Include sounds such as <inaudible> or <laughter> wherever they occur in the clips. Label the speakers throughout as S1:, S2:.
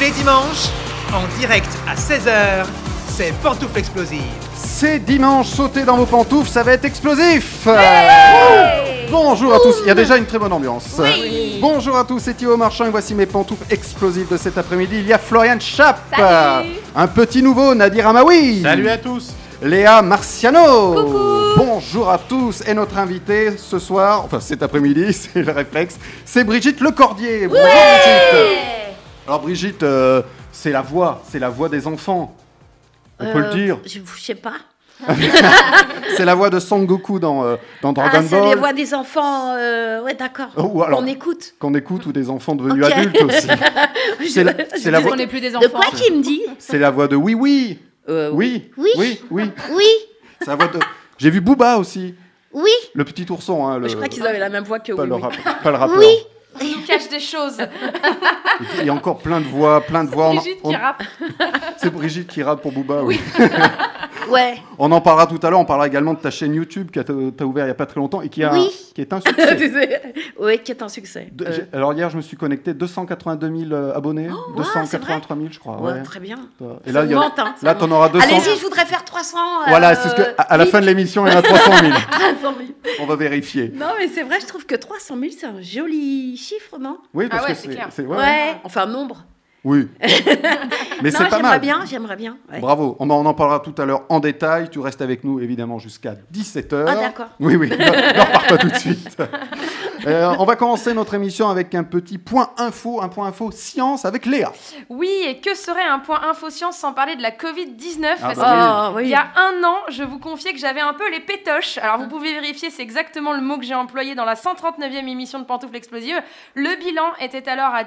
S1: les dimanches, en direct à 16h, c'est Pantoufle Explosive.
S2: C'est dimanche, sautez dans vos pantoufles, ça va être explosif Wouh Bonjour à tous, il y a déjà une très bonne ambiance. Bonjour à tous, c'est Thibaut Marchand et voici mes pantoufles explosives de cet après-midi. Il y a Florian Schapp,
S3: Salut
S2: un petit nouveau, Nadir Amaoui,
S4: Salut à tous
S2: Léa Marciano Bonjour à tous et notre invité ce soir, enfin cet après-midi, <laughs> c'est le réflexe, c'est Brigitte Lecordier. Bonjour Brigitte Alors Brigitte, euh, c'est la voix, c'est la voix des enfants. On
S5: Euh,
S2: peut le dire.
S5: Je je sais pas.
S2: C'est la voix de Son Goku dans, euh, dans Dragon
S5: Ah, c'est les
S2: Ball.
S5: voix des enfants. euh, ouais, d'accord.
S2: Oh, ou alors-
S5: On écoute.
S2: Qu'on écoute ou des enfants devenus
S5: Ok.
S2: adultes
S5: <laughs>
S2: aussi. C'est la, c'est la voix,
S3: qu'on n'est plus des
S5: De
S3: enfants.
S5: quoi qu'il me dit
S2: c'est la voix de Oui Oui.
S5: Euh,
S2: Oui.
S5: Oui.
S2: Oui. Oui.
S5: Oui,
S2: C'est la voix de. J'ai vu Booba aussi,
S5: oui.
S2: le petit ourson. Hein, le...
S5: Je crois qu'ils avaient la même voix que
S2: pas,
S5: oui.
S2: le
S5: oui.
S2: rap- pas le rappeur.
S5: Oui.
S3: Il cache
S2: <laughs>
S3: des choses.
S2: Il y a encore plein de voix, plein de voix. On-
S3: Brigitte
S2: on-
S3: qui rappe.
S2: C'est Brigitte qui rappe pour Booba. Oui.
S5: <laughs> <laughs> Ouais.
S2: On en parlera tout à l'heure. On parlera également de ta chaîne YouTube que tu as ouvert il y a pas très longtemps et qui, a
S5: Oui.
S2: qui est un
S5: <laughs>
S2: succès.
S5: oui, qui est un succès.
S2: De-
S5: Euh,
S2: j'ai- Alors hier, je me suis connecté 282 000 euh, abonnés,
S5: waouh, Oh, c'est vrai
S2: 283 000 je crois.
S5: ouais,
S2: ouais.
S5: Très bien.
S2: Et là,
S5: Ça
S2: il y en a-
S5: augmente, hein, ça
S2: là, t'en auras 200.
S5: Allez-y, je voudrais faire 300.
S2: Voilà,
S5: euh, Ah,
S2: c'est ce que à, à
S5: <laughs>
S2: la fin de l'émission, il y en a 300 000.
S5: 300 000.
S2: On va vérifier.
S5: Non, mais c'est vrai, je trouve que 300 000, c'est un joli chiffre, non
S2: Oui, parce
S3: Ah ouais,
S2: que
S3: c'est clair.
S2: c'est ouais,
S5: ouais.
S2: ouais.
S5: Enfin, nombre.
S2: Oui. Mais
S5: non,
S2: c'est pas
S5: J'aimerais
S2: mal.
S5: bien, j'aimerais bien. ouais.
S2: Bravo. On en, on en parlera tout à l'heure en détail. Tu restes avec nous évidemment jusqu'à 17h.
S5: Ah, d'accord.
S2: Oui, oui. Ne, ne repars pas tout de suite. <laughs> Euh, on va commencer notre émission avec un petit point info, un point info science avec Léa.
S3: Oui, et que serait un point info science sans parler de la Covid-19
S2: Ah
S3: Parce
S2: bah.
S3: que
S5: Ah, oui.
S3: Il y a un an, je vous confiais que j'avais un peu les pétoches. Alors vous pouvez vérifier, c'est exactement le mot que j'ai employé dans la 139e émission de Pantoufles Explosives. Le bilan était alors à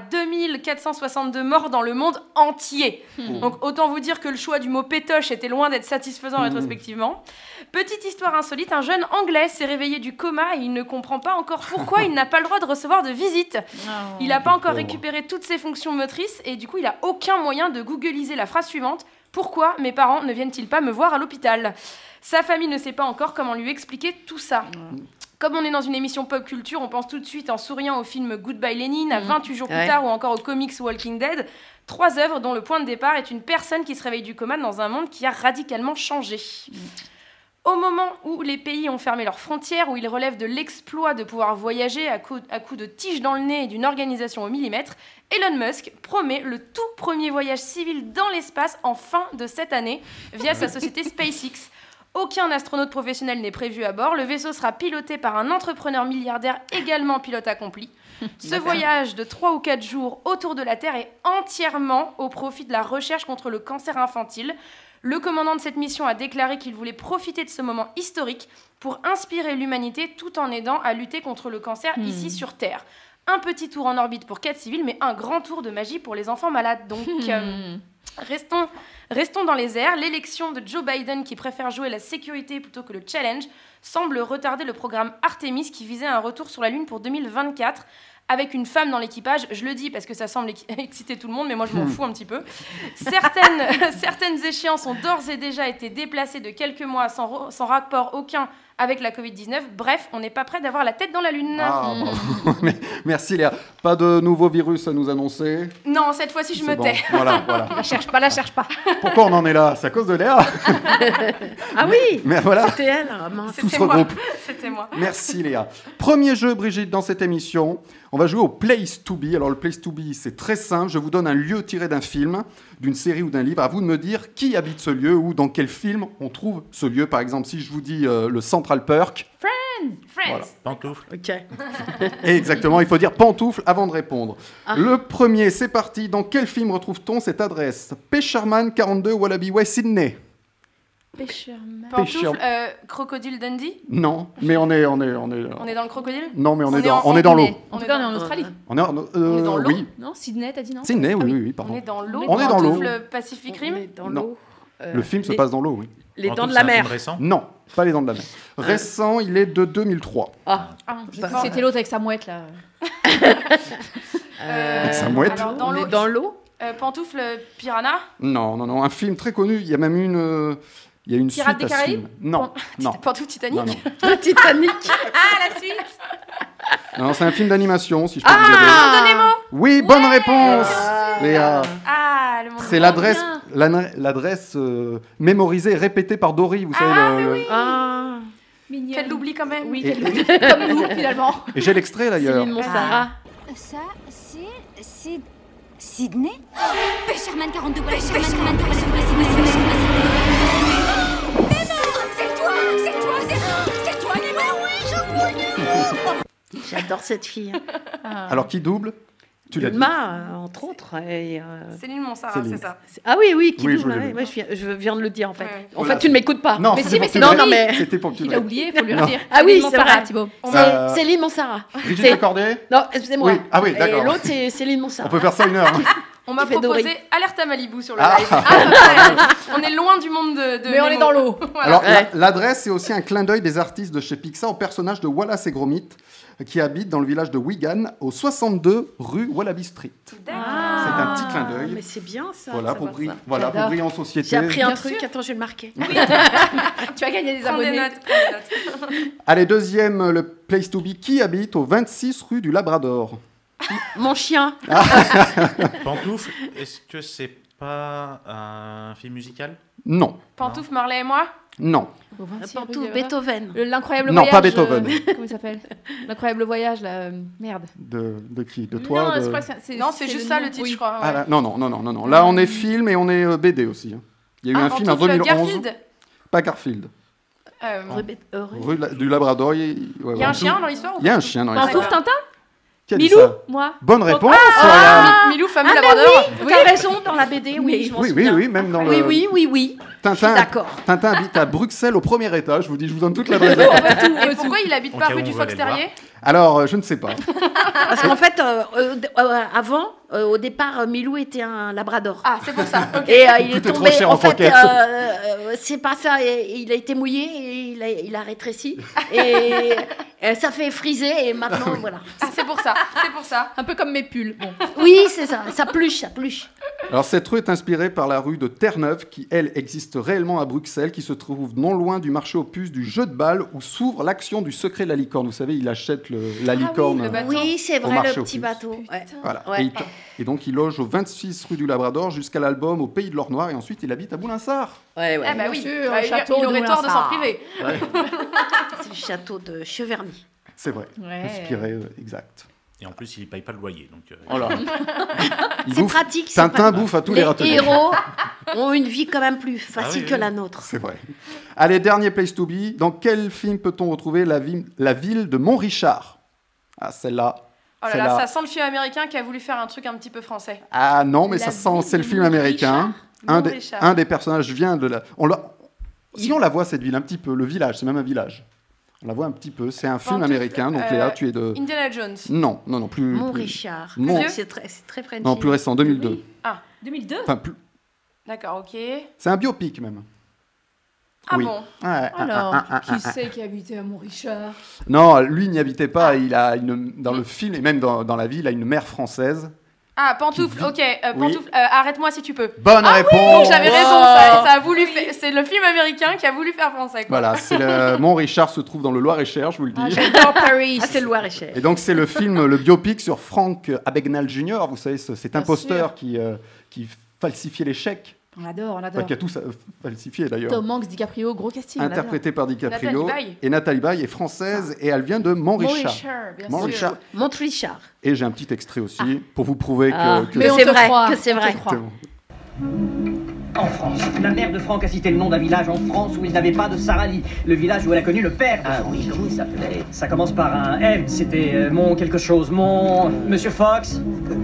S3: 2462 morts dans le monde entier. Donc autant vous dire que le choix du mot pétoche était loin d'être satisfaisant
S2: Hmm.
S3: rétrospectivement. Petite histoire insolite, un jeune anglais s'est réveillé du coma et il ne comprend pas encore pourquoi il n'a pas le droit de recevoir de visite.
S5: Oh.
S3: Il n'a pas encore
S2: pauvre.
S3: récupéré toutes ses fonctions motrices et du coup, il n'a aucun moyen de googliser la phrase suivante Pourquoi mes parents ne viennent-ils pas me voir à l'hôpital Sa famille ne sait pas encore comment lui expliquer tout ça. Comme on est dans une émission pop culture, on pense tout de suite en souriant au film Goodbye Lenin, à
S6: Mm.
S3: 28 jours
S5: Ouais.
S3: plus tard, ou encore aux comics Walking Dead. Trois œuvres dont le point de départ est une personne qui se réveille du coma dans un monde qui a radicalement changé. Au moment où les pays ont fermé leurs frontières, où ils relèvent de l'exploit de pouvoir voyager à coups à coup de tiges dans le nez et d'une organisation au millimètre, Elon Musk promet le tout premier voyage civil dans l'espace en fin de cette année via sa société SpaceX. Aucun astronaute professionnel n'est prévu à bord. Le vaisseau sera piloté par un entrepreneur milliardaire également pilote accompli. Ce voyage de 3 ou 4 jours autour de la Terre est entièrement au profit de la recherche contre le cancer infantile. Le commandant de cette mission a déclaré qu'il voulait profiter de ce moment historique pour inspirer l'humanité tout en aidant à lutter contre le cancer
S6: Hmm.
S3: ici sur Terre. Un petit tour en orbite pour 4 civils, mais un grand tour de magie pour les enfants malades. Donc, euh, Restons, restons dans les airs. L'élection de Joe Biden, qui préfère jouer la sécurité plutôt que le challenge, semble retarder le programme Artemis, qui visait un retour sur la Lune pour 2024. Avec une femme dans l'équipage, je le dis parce que ça semble ex- <laughs> exciter tout le monde, mais moi je
S2: Hmm.
S3: m'en fous un petit peu. Certaines, <laughs> certaines échéances ont d'ores et déjà été déplacées de quelques mois sans, ro- sans rapport aucun avec la Covid-19. Bref, on n'est pas prêt d'avoir la tête dans la Lune.
S2: Ah, bravo. <laughs> Mais- Merci Léa. Pas de nouveau virus à nous annoncer.
S3: Non, cette fois-ci je
S2: C'est
S3: me
S2: bon.
S3: tais. <laughs>
S2: Voilà, voilà.
S5: La cherche pas, la cherche pas.
S2: Pourquoi on en est là C'est à cause de Léa.
S5: Ah oui
S2: Mais voilà,
S5: C'était elle, hein, mince.
S2: tout se
S3: C'était moi.
S2: regroupe.
S3: C'était moi.
S2: Merci Léa. Premier jeu, Brigitte, dans cette émission. On va jouer au Place to Be. Alors, le Place to Be, c'est très simple. Je vous donne un lieu tiré d'un film, d'une série ou d'un livre. À vous de me dire qui habite ce lieu ou dans quel film on trouve ce lieu. Par exemple, si je vous dis euh, le Central Perk,
S3: Friends.
S2: Voilà.
S4: Pantoufle.
S5: Ok.
S2: et exactement, il faut dire pantoufle avant de répondre. Le premier, c'est parti. Dans quel film retrouve-t-on cette adresse Pesherman 42 Wallaby Way, Sydney.
S3: Pantoufle,
S2: Pêcheur.
S3: euh, crocodile Dundee
S2: Non, mais on est. On est, on est,
S3: On est dans le crocodile
S2: Non, mais on, est, dans,
S3: en-
S2: on est dans l'eau.
S6: En tout cas, on est en Australie.
S2: On est, en- euh,
S6: on est dans l'eau.
S2: Oui.
S6: Non, Sydney, t'as dit non
S2: Sydney, oui,
S6: Ah oui.
S2: oui, oui, pardon.
S3: On est dans l'eau.
S2: On est dans l'eau.
S3: Pantoufle Pacific
S5: On est
S3: Rim.
S5: dans
S2: Non.
S5: l'eau. Euh,
S2: Le film se
S5: les-
S2: passe dans l'eau, oui.
S5: Les dents
S4: Pantoufle,
S5: de
S4: c'est
S5: la
S4: un film
S5: mer.
S4: récent
S2: Non, pas les dents de la mer. Récent, il est de 2003.
S3: Ah, je
S5: Bah,
S3: pense-
S6: C'était l'autre avec sa mouette là.
S3: Euh,
S2: Avec sa mouette.
S3: alors, dans
S5: on
S3: l'eau.
S5: est dans l'eau.
S3: Euh, pantoufle Piranha.
S2: Non, non, non, un film très connu. Il y a même une, euh, il y a une
S3: Pirates
S2: suite
S3: des
S2: à ce
S3: Caraïbes
S2: film. Non, non,
S3: Pantoufle Titanic.
S2: non, non,
S5: Le Titanic.
S3: Ah, la suite
S5: Ah
S2: Ah, Non, c'est un film d'animation, si je peux vous aider.
S3: Ah, Donnez-moi
S2: Oui, bonne réponse, Léa.
S3: Ah,
S7: on
S2: C'est
S7: le
S2: l'adresse,
S7: voit bien.
S2: l'an- l'adresse euh, mémorisée, répétée par Dory, vous savez.
S3: Ah,
S2: le- le-
S5: Ah,
S7: Mignonne.
S3: Qu'elle l'oublie quand même.
S7: Oui,
S2: Et-
S7: qu'elle l'oublie <laughs> comme nous, finalement.
S2: Et j'ai l'extrait d'ailleurs.
S7: Céline
S5: Sarah.
S8: Ça, c'est. Sid. <gasps> Sydney Pêcherman 42 voilà, Pêcherman 42 voilà, Mais non C'est toi C'est toi C'est c'est toi Mais oui, je voulais
S5: j'adore cette fille.
S2: Alors qui double Tu l'as dit.
S5: Ma, euh, entre autres. et, euh,
S3: Céline Monsara,
S2: Céline.
S3: c'est ça.
S5: c'est- Ah oui, oui, qui
S2: Oui,
S5: oui,
S2: je l'ai vu.
S5: je, viens, je viens de le dire en fait.
S3: Ouais.
S5: En
S2: Voilà,
S5: fait, tu ne m'écoutes pas.
S2: Non,
S7: Mais
S2: c'était
S7: si, mais
S2: pour que tu
S7: c'est
S2: le
S7: dans
S2: restes.
S5: lui.
S2: C'était pour que tu
S7: Il
S2: le
S7: a
S2: restes.
S7: oublié, faut lui
S2: Non.
S7: redire.
S5: Ah oui,
S7: Céline
S5: c'est
S7: Monsara,
S5: vrai.
S7: Thibaut.
S3: On
S2: Ça-
S3: met-
S2: Euh,
S5: Céline Monsara.
S2: Brigitte
S5: C'est-
S2: Lecordier
S5: Non, excusez-moi.
S2: Oui, ah oui, d'accord.
S5: Et l'autre, c'est Céline Monsara.
S2: On peut faire ça une heure. hein.
S3: On m'a
S5: Tu fais Dory.
S3: proposé Alerte à Malibu sur le
S2: Ah.
S3: live. Ah, ouais. on est loin du monde de. de
S7: Mais on est
S3: Nemo.
S7: dans l'eau. <laughs>
S3: Voilà.
S2: Alors,
S5: Ouais.
S2: la- l'adresse, c'est aussi un clin d'œil des artistes de chez Pixar au personnage de Wallace et Gromit, qui habite dans le village de Wigan, au 62 rue Wallaby Street.
S3: D'accord.
S2: C'est
S7: Ah.
S2: un petit clin d'œil.
S5: Ah. Mais c'est bien ça.
S2: Voilà,
S5: de
S2: pour,
S5: savoir
S2: bri-
S5: ça.
S2: voilà pour
S7: J'adore.
S2: briller en société.
S5: J'ai appris un
S7: Bien
S5: truc,
S7: sûr.
S5: attends, je vais le marquer.
S7: Tu as gagné des
S3: Prends des
S7: abonnés.
S3: notes. prends des notes.
S2: Allez, deuxième, le place to be, qui habite au 26 rue du Labrador
S5: Mon chien.
S9: Pantoufle, est-ce que c'est pas un film musical
S2: Non,
S3: Pantouf, Marley et moi.
S2: non,
S7: Au 26 rue
S5: Pantouf,
S7: des Bavarias.
S5: Beethoven.
S7: Le- L'incroyable
S2: Non,
S7: voyage.
S2: pas Beethoven.
S7: euh, <laughs> comment il s'appelle L'incroyable voyage, là. euh, merde.
S2: de, de qui De toi
S7: non,
S2: de-
S7: je crois que c'est-
S3: Non, c'est juste ça le titre,
S7: oui.
S3: je crois.
S2: Ah,
S3: ouais.
S2: là, Non, non, non, non, non, non. Là, on est film et on est euh, BD aussi. hein. Il y a eu
S3: Ah,
S2: un film en
S3: Pantouf,
S2: 2011.
S3: Garfield.
S2: Pas Garfield.
S3: Euh,
S5: Rue Be- euh, rue-
S2: Rue la- du Labrador. Il ouais,
S3: Il y
S2: ouais.
S3: a un chien dans l'histoire ou
S2: Il y a un chien dans les
S3: Pantouf,
S7: Pantouf,
S2: salles.
S7: Tintin
S2: Qui a dit
S7: Milou
S2: ça
S7: Moi
S2: Bonne réponse
S3: Ah,
S2: Oriane.
S3: pas Milou, fameux labrador.
S5: Oui. T'as raison, dans la BD, oui, je m'en
S2: Oui, oui,
S5: souviens.
S2: oui, euh, même dans
S5: Oui,
S2: le.
S5: oui, oui, oui. Je suis
S2: Tintin,
S5: d'accord.
S2: Tintin habite à Bruxelles au premier étage. Je vous dis, je vous donne toute l'adresse.
S3: bah
S5: <laughs>
S3: Et pourquoi il habite
S9: Au
S3: pas
S9: cas où
S3: rue
S9: on
S3: du
S9: va
S3: Fox
S9: aller le voir.
S3: Terrier
S2: Alors, euh, je ne sais pas.
S5: Parce qu'en fait, euh, euh, d- euh, avant, euh, au départ, euh, Milou était un labrador.
S3: Ah, c'est pour ça. ok.
S5: Et euh, il
S2: Tout
S5: est
S2: est trop
S5: tombé.
S2: cher
S5: en,
S2: en
S5: fait,
S2: croquettes.
S5: euh, euh, c'est pas ça. et- et il a été mouillé et il a, il
S2: <laughs>
S5: a rétréci. Et, et ça fait friser et maintenant,
S2: <laughs>
S5: voilà.
S3: Ah, c'est pour ça. C'est pour ça.
S7: Un peu comme mes pulls. Bon.
S5: Oui, c'est ça. Ça pluche, ça pluche.
S2: Alors, cette rue est inspirée par la rue de Terre-Neuve, qui, elle, existe réellement à Bruxelles, qui se trouve non loin du marché aux puces du jeu de balle où s'ouvre l'action du secret de la licorne. Vous savez, il achète le- la
S5: Ah
S3: oui,
S2: licorne.
S3: le
S2: euh,
S3: bateau.
S5: Oui, c'est
S2: Au
S5: vrai,
S2: marché
S5: le
S2: aux
S5: petit
S2: puces.
S5: bateau. ouais.
S2: Voilà.
S5: Ouais.
S2: Et, il t- et donc, il loge au 26 rue du Labrador jusqu'à l'album au Pays de l'Or Noir et ensuite, il habite à Boulinsard.
S5: Ouais, ouais.
S3: Ah bah
S7: Bien
S3: oui,
S7: sûr,
S3: Bah,
S7: le château
S3: il
S7: de
S3: aurait tort de s'en
S7: Moulinsart.
S3: priver.
S5: C'est le château de Cheverny.
S2: C'est vrai. <laughs> Inspiré, euh, exact.
S9: Et en plus, il paye pas le loyer. Donc, euh,
S2: Oh là. Il
S5: C'est
S2: bouffe-
S5: pratique. c'est
S2: Tintin bouffe à tous les,
S5: les
S2: râteliers.
S5: héros ont une vie quand même plus facile
S9: Ah oui,
S5: que
S9: oui.
S5: la nôtre.
S2: C'est vrai. Allez, dernier place to be. Dans quel film peut-on retrouver la, vi- la ville de Montrichard Ah, celle-là.
S3: Oh là
S2: C'est
S3: là,
S2: là.
S3: ça sent le film américain qui a voulu faire un truc un petit peu français.
S2: Ah non, mais
S7: La
S2: ça sent,
S7: ville
S2: c'est le
S7: de
S2: film américain. Un des,
S3: Montrichard.
S2: un des personnages vient de la. On la- Si on la voit, cette ville, un petit peu, le village, c'est même un village. On la voit un petit peu. C'est un film
S3: Pantoufle,
S2: américain, donc
S3: euh,
S2: Léa, tu es de.
S3: Indiana Jones.
S2: Non, non, non, plus.
S5: Mon
S2: plus-
S5: Richard.
S2: Mon-
S5: C'est- C'est très, c'est très Frenchy.
S2: Non, plus récent, 2002.
S3: Ah.
S7: 2002
S2: Enfin, plus-
S3: D'accord, ok.
S2: C'est un biopic même.
S3: Ah
S2: Oui.
S3: bon
S2: Ouais, ah,
S7: Alors,
S2: ah, ah, ah,
S7: qui c'est qui habitait à Montrichard
S2: Non, lui n'y habitait pas. Il a une, dans le film et même dans, dans la vie, il a une mère française.
S3: Ah, pantoufle,
S2: Qui
S3: ok. euh,
S2: Oui. Oh.
S3: pantoufle, euh, arrête-moi si tu peux.
S2: Bonne
S3: Donc
S2: réponse.
S3: Ah j'avais
S5: Wow.
S3: raison, ça, ça a voulu fa- c'est le film américain qui a voulu faire français. Quoi.
S2: Voilà, c'est
S7: <laughs>
S2: le Montrichard se trouve dans le Loir-et-Cher, je vous le
S7: Ah,
S2: dis.
S5: J'adore Paris. c'est le Loir-et-Cher.
S2: et donc Ah, c'est le film, le biopic sur Frank Abagnale Jr. Vous savez, ce- cet
S7: Bien
S2: imposteur qui euh, qui falsifiait les chèques,
S7: On l'adore, on
S2: enfin,
S7: l'adore.
S2: qui a tout sa- falsifié d'ailleurs.
S7: Tom Hanks, DiCaprio, gros casting. on l'adore.
S2: Interprété par DiCaprio
S3: Nathalie Baye.
S2: et Nathalie Baye est française et elle vient de Montrichard.
S7: Montrichard, Ah. bien sûr.
S2: Montrichard.
S5: Mon Richard.
S2: Et j'ai un petit extrait aussi pour vous prouver que.
S5: Ah.
S2: que-
S7: Mais on
S5: C'est
S7: te
S5: vrai,
S7: croit,
S5: que c'est
S7: on te
S5: vrai.
S7: croit.
S1: En France, la mère de Franck a cité le nom d'un village en France où il n'avait pas de Sarali, le village où elle a connu le père. Ah oui, comment il s'appelait Ça commence par un M, c'était euh, mon quelque chose, mon... Monsieur Fox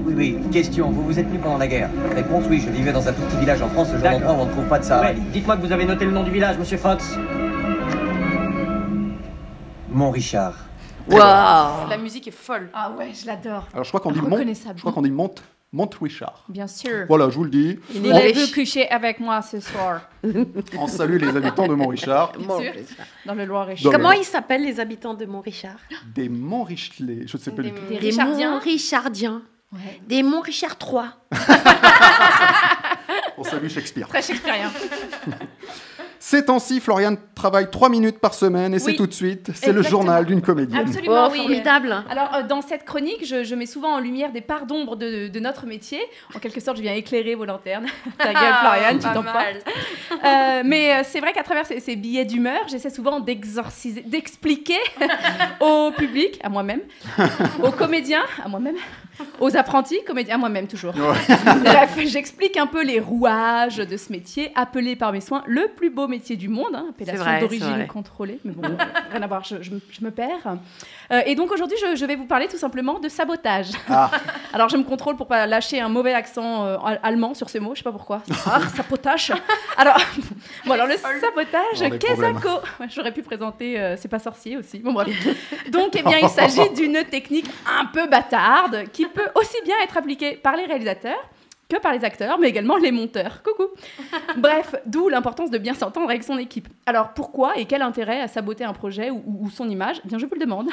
S10: Oui, oui, question. Vous vous êtes mis pendant la guerre Réponse oui, je vivais dans un tout petit village en France, le genre
S1: D'accord.
S10: d'endroit où on ne trouve pas de ça.
S1: Ouais, dites-moi que vous avez noté le nom du village, monsieur Fox.
S10: Mon Richard.
S5: Waouh.
S3: La musique est folle.
S7: Ah ouais, je l'adore.
S2: Alors je crois qu'on dit Mont.
S7: Reconnaissable.
S2: Je crois qu'on dit Mont. Montrichard.
S7: Bien sûr.
S2: Voilà, je vous le dis.
S5: Il est
S7: Voulez-vous
S5: riche.
S7: coucher avec moi ce soir
S2: On salue les habitants de Montrichard.
S5: Mon
S7: sûr.
S5: Richard.
S7: dans le
S2: Dans
S7: Loir-et-Cher
S2: le-
S5: Comment ils s'appellent les habitants de Montrichard
S2: Des Montrichelais. Je ne sais plus
S3: Des-
S2: du tout.
S7: Des
S5: Des
S7: Richardiens.
S5: Montrichardiens.
S7: Ouais.
S5: Des Montrichard III.
S2: On salue Shakespeare.
S7: Très shakespearien.
S2: Ces temps-ci, Florian travaille 3 minutes par semaine et c'est
S7: Oui.
S2: tout de suite. C'est le
S7: Exactement.
S2: journal d'une comédienne.
S7: Absolument,
S5: Oh,
S7: oui.
S5: formidable.
S7: Alors, euh, dans cette chronique, je, je mets souvent en lumière des parts d'ombre de, de notre métier. En quelque sorte, je viens éclairer vos lanternes. <laughs> Ta gueule, Floriane, tu
S3: Ah, Pas
S7: t'en
S3: mal.
S7: Euh, mais euh, c'est vrai qu'à travers ces, ces billets d'humeur, j'essaie souvent d'exorciser, d'expliquer <laughs> au public, à moi-même, aux comédiens, à moi-même, aux apprentis, comédiens, à moi-même toujours. <laughs> Bref, j'explique un peu les rouages de ce métier, appelé par mes soins le plus beau métier du monde, hein,
S5: C'est
S7: appellation
S5: vrai, c'est vrai.
S7: d'origine contrôlée. Mais bon, rien à voir, je, je me- je me perds. Euh, et donc aujourd'hui, je, je vais vous parler tout simplement de sabotage.
S2: Ah.
S7: Alors je me contrôle pour pas lâcher un mauvais accent euh, al- allemand sur ce mot, je sais pas pourquoi. Ah, sabotage. Alors, bon, alors le
S2: Bon, les
S7: sabotage,
S2: problèmes.
S7: Kesako. Ouais, J'aurais pu présenter euh, C'est pas sorcier aussi. Bon, bref. Donc, eh bien, il s'agit d'une technique un peu bâtarde qui peut aussi bien être appliquée par les réalisateurs que par les acteurs, mais également les monteurs. Coucou. Bref, d'où l'importance de bien s'entendre avec son équipe. Alors pourquoi et quel intérêt à saboter un projet ou, ou- ou son image Eh bien, je vous le demande.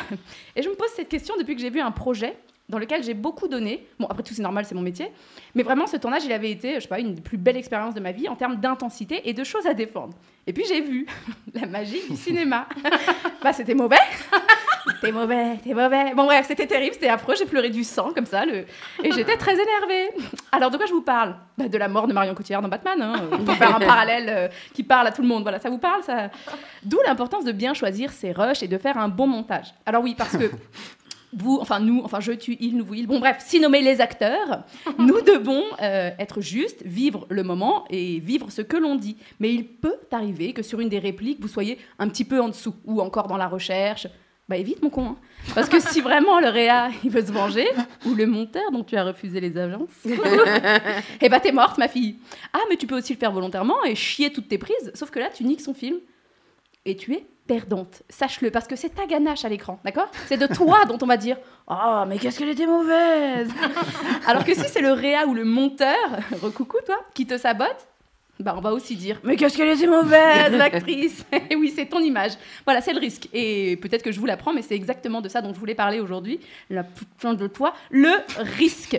S7: Et je me pose cette question depuis que j'ai vu un projet dans lequel j'ai beaucoup donné. Bon, après tout, c'est normal, c'est mon métier. Mais vraiment, ce tournage, il avait été, je sais pas, une des plus belles expériences de ma vie en termes d'intensité et de choses à défendre. Et puis j'ai vu <laughs> la magie du <laughs> cinéma. bah, c'était mauvais. <laughs> T'es mauvais, t'es mauvais. Bon bref, c'était terrible, c'était affreux, j'ai pleuré du sang comme ça, le... et j'étais très énervée. Alors de quoi je vous parle Bah, De la mort de Marion Cotillard dans Batman, hein. on peut faire un parallèle euh, qui parle à tout le monde, voilà, ça vous parle ça D'où l'importance de bien choisir ses rushs et de faire un bon montage. Alors oui, parce que vous, enfin nous, enfin je, tu, il, nous, vous, il, bon bref, si nommer les acteurs, nous devons euh, être justes, vivre le moment et vivre ce que l'on dit. Mais il peut arriver que sur une des répliques, vous soyez un petit peu en dessous ou encore dans la recherche. Bah évite mon con, hein. parce que si vraiment le réa <laughs> il veut se venger ou le monteur dont tu as refusé les agences, eh bah t'es morte ma fille. Ah mais tu peux aussi le faire volontairement et chier toutes tes prises, sauf que là tu niques son film et tu es perdante. Sache-le, parce que c'est ta ganache à l'écran, d'accord C'est de toi <laughs> dont on va dire Ah, mais qu'est-ce qu'elle était mauvaise Alors que si c'est le réa ou le monteur, <laughs> recoucou toi, qui te sabote, bah on va aussi dire Mais qu'est-ce qu'elle était mauvaise, l'actrice Et oui, c'est ton image. Voilà, c'est le risque. Et peut-être que je vous l'apprends, mais c'est exactement de ça dont je voulais parler aujourd'hui. La putain de toi, le risque.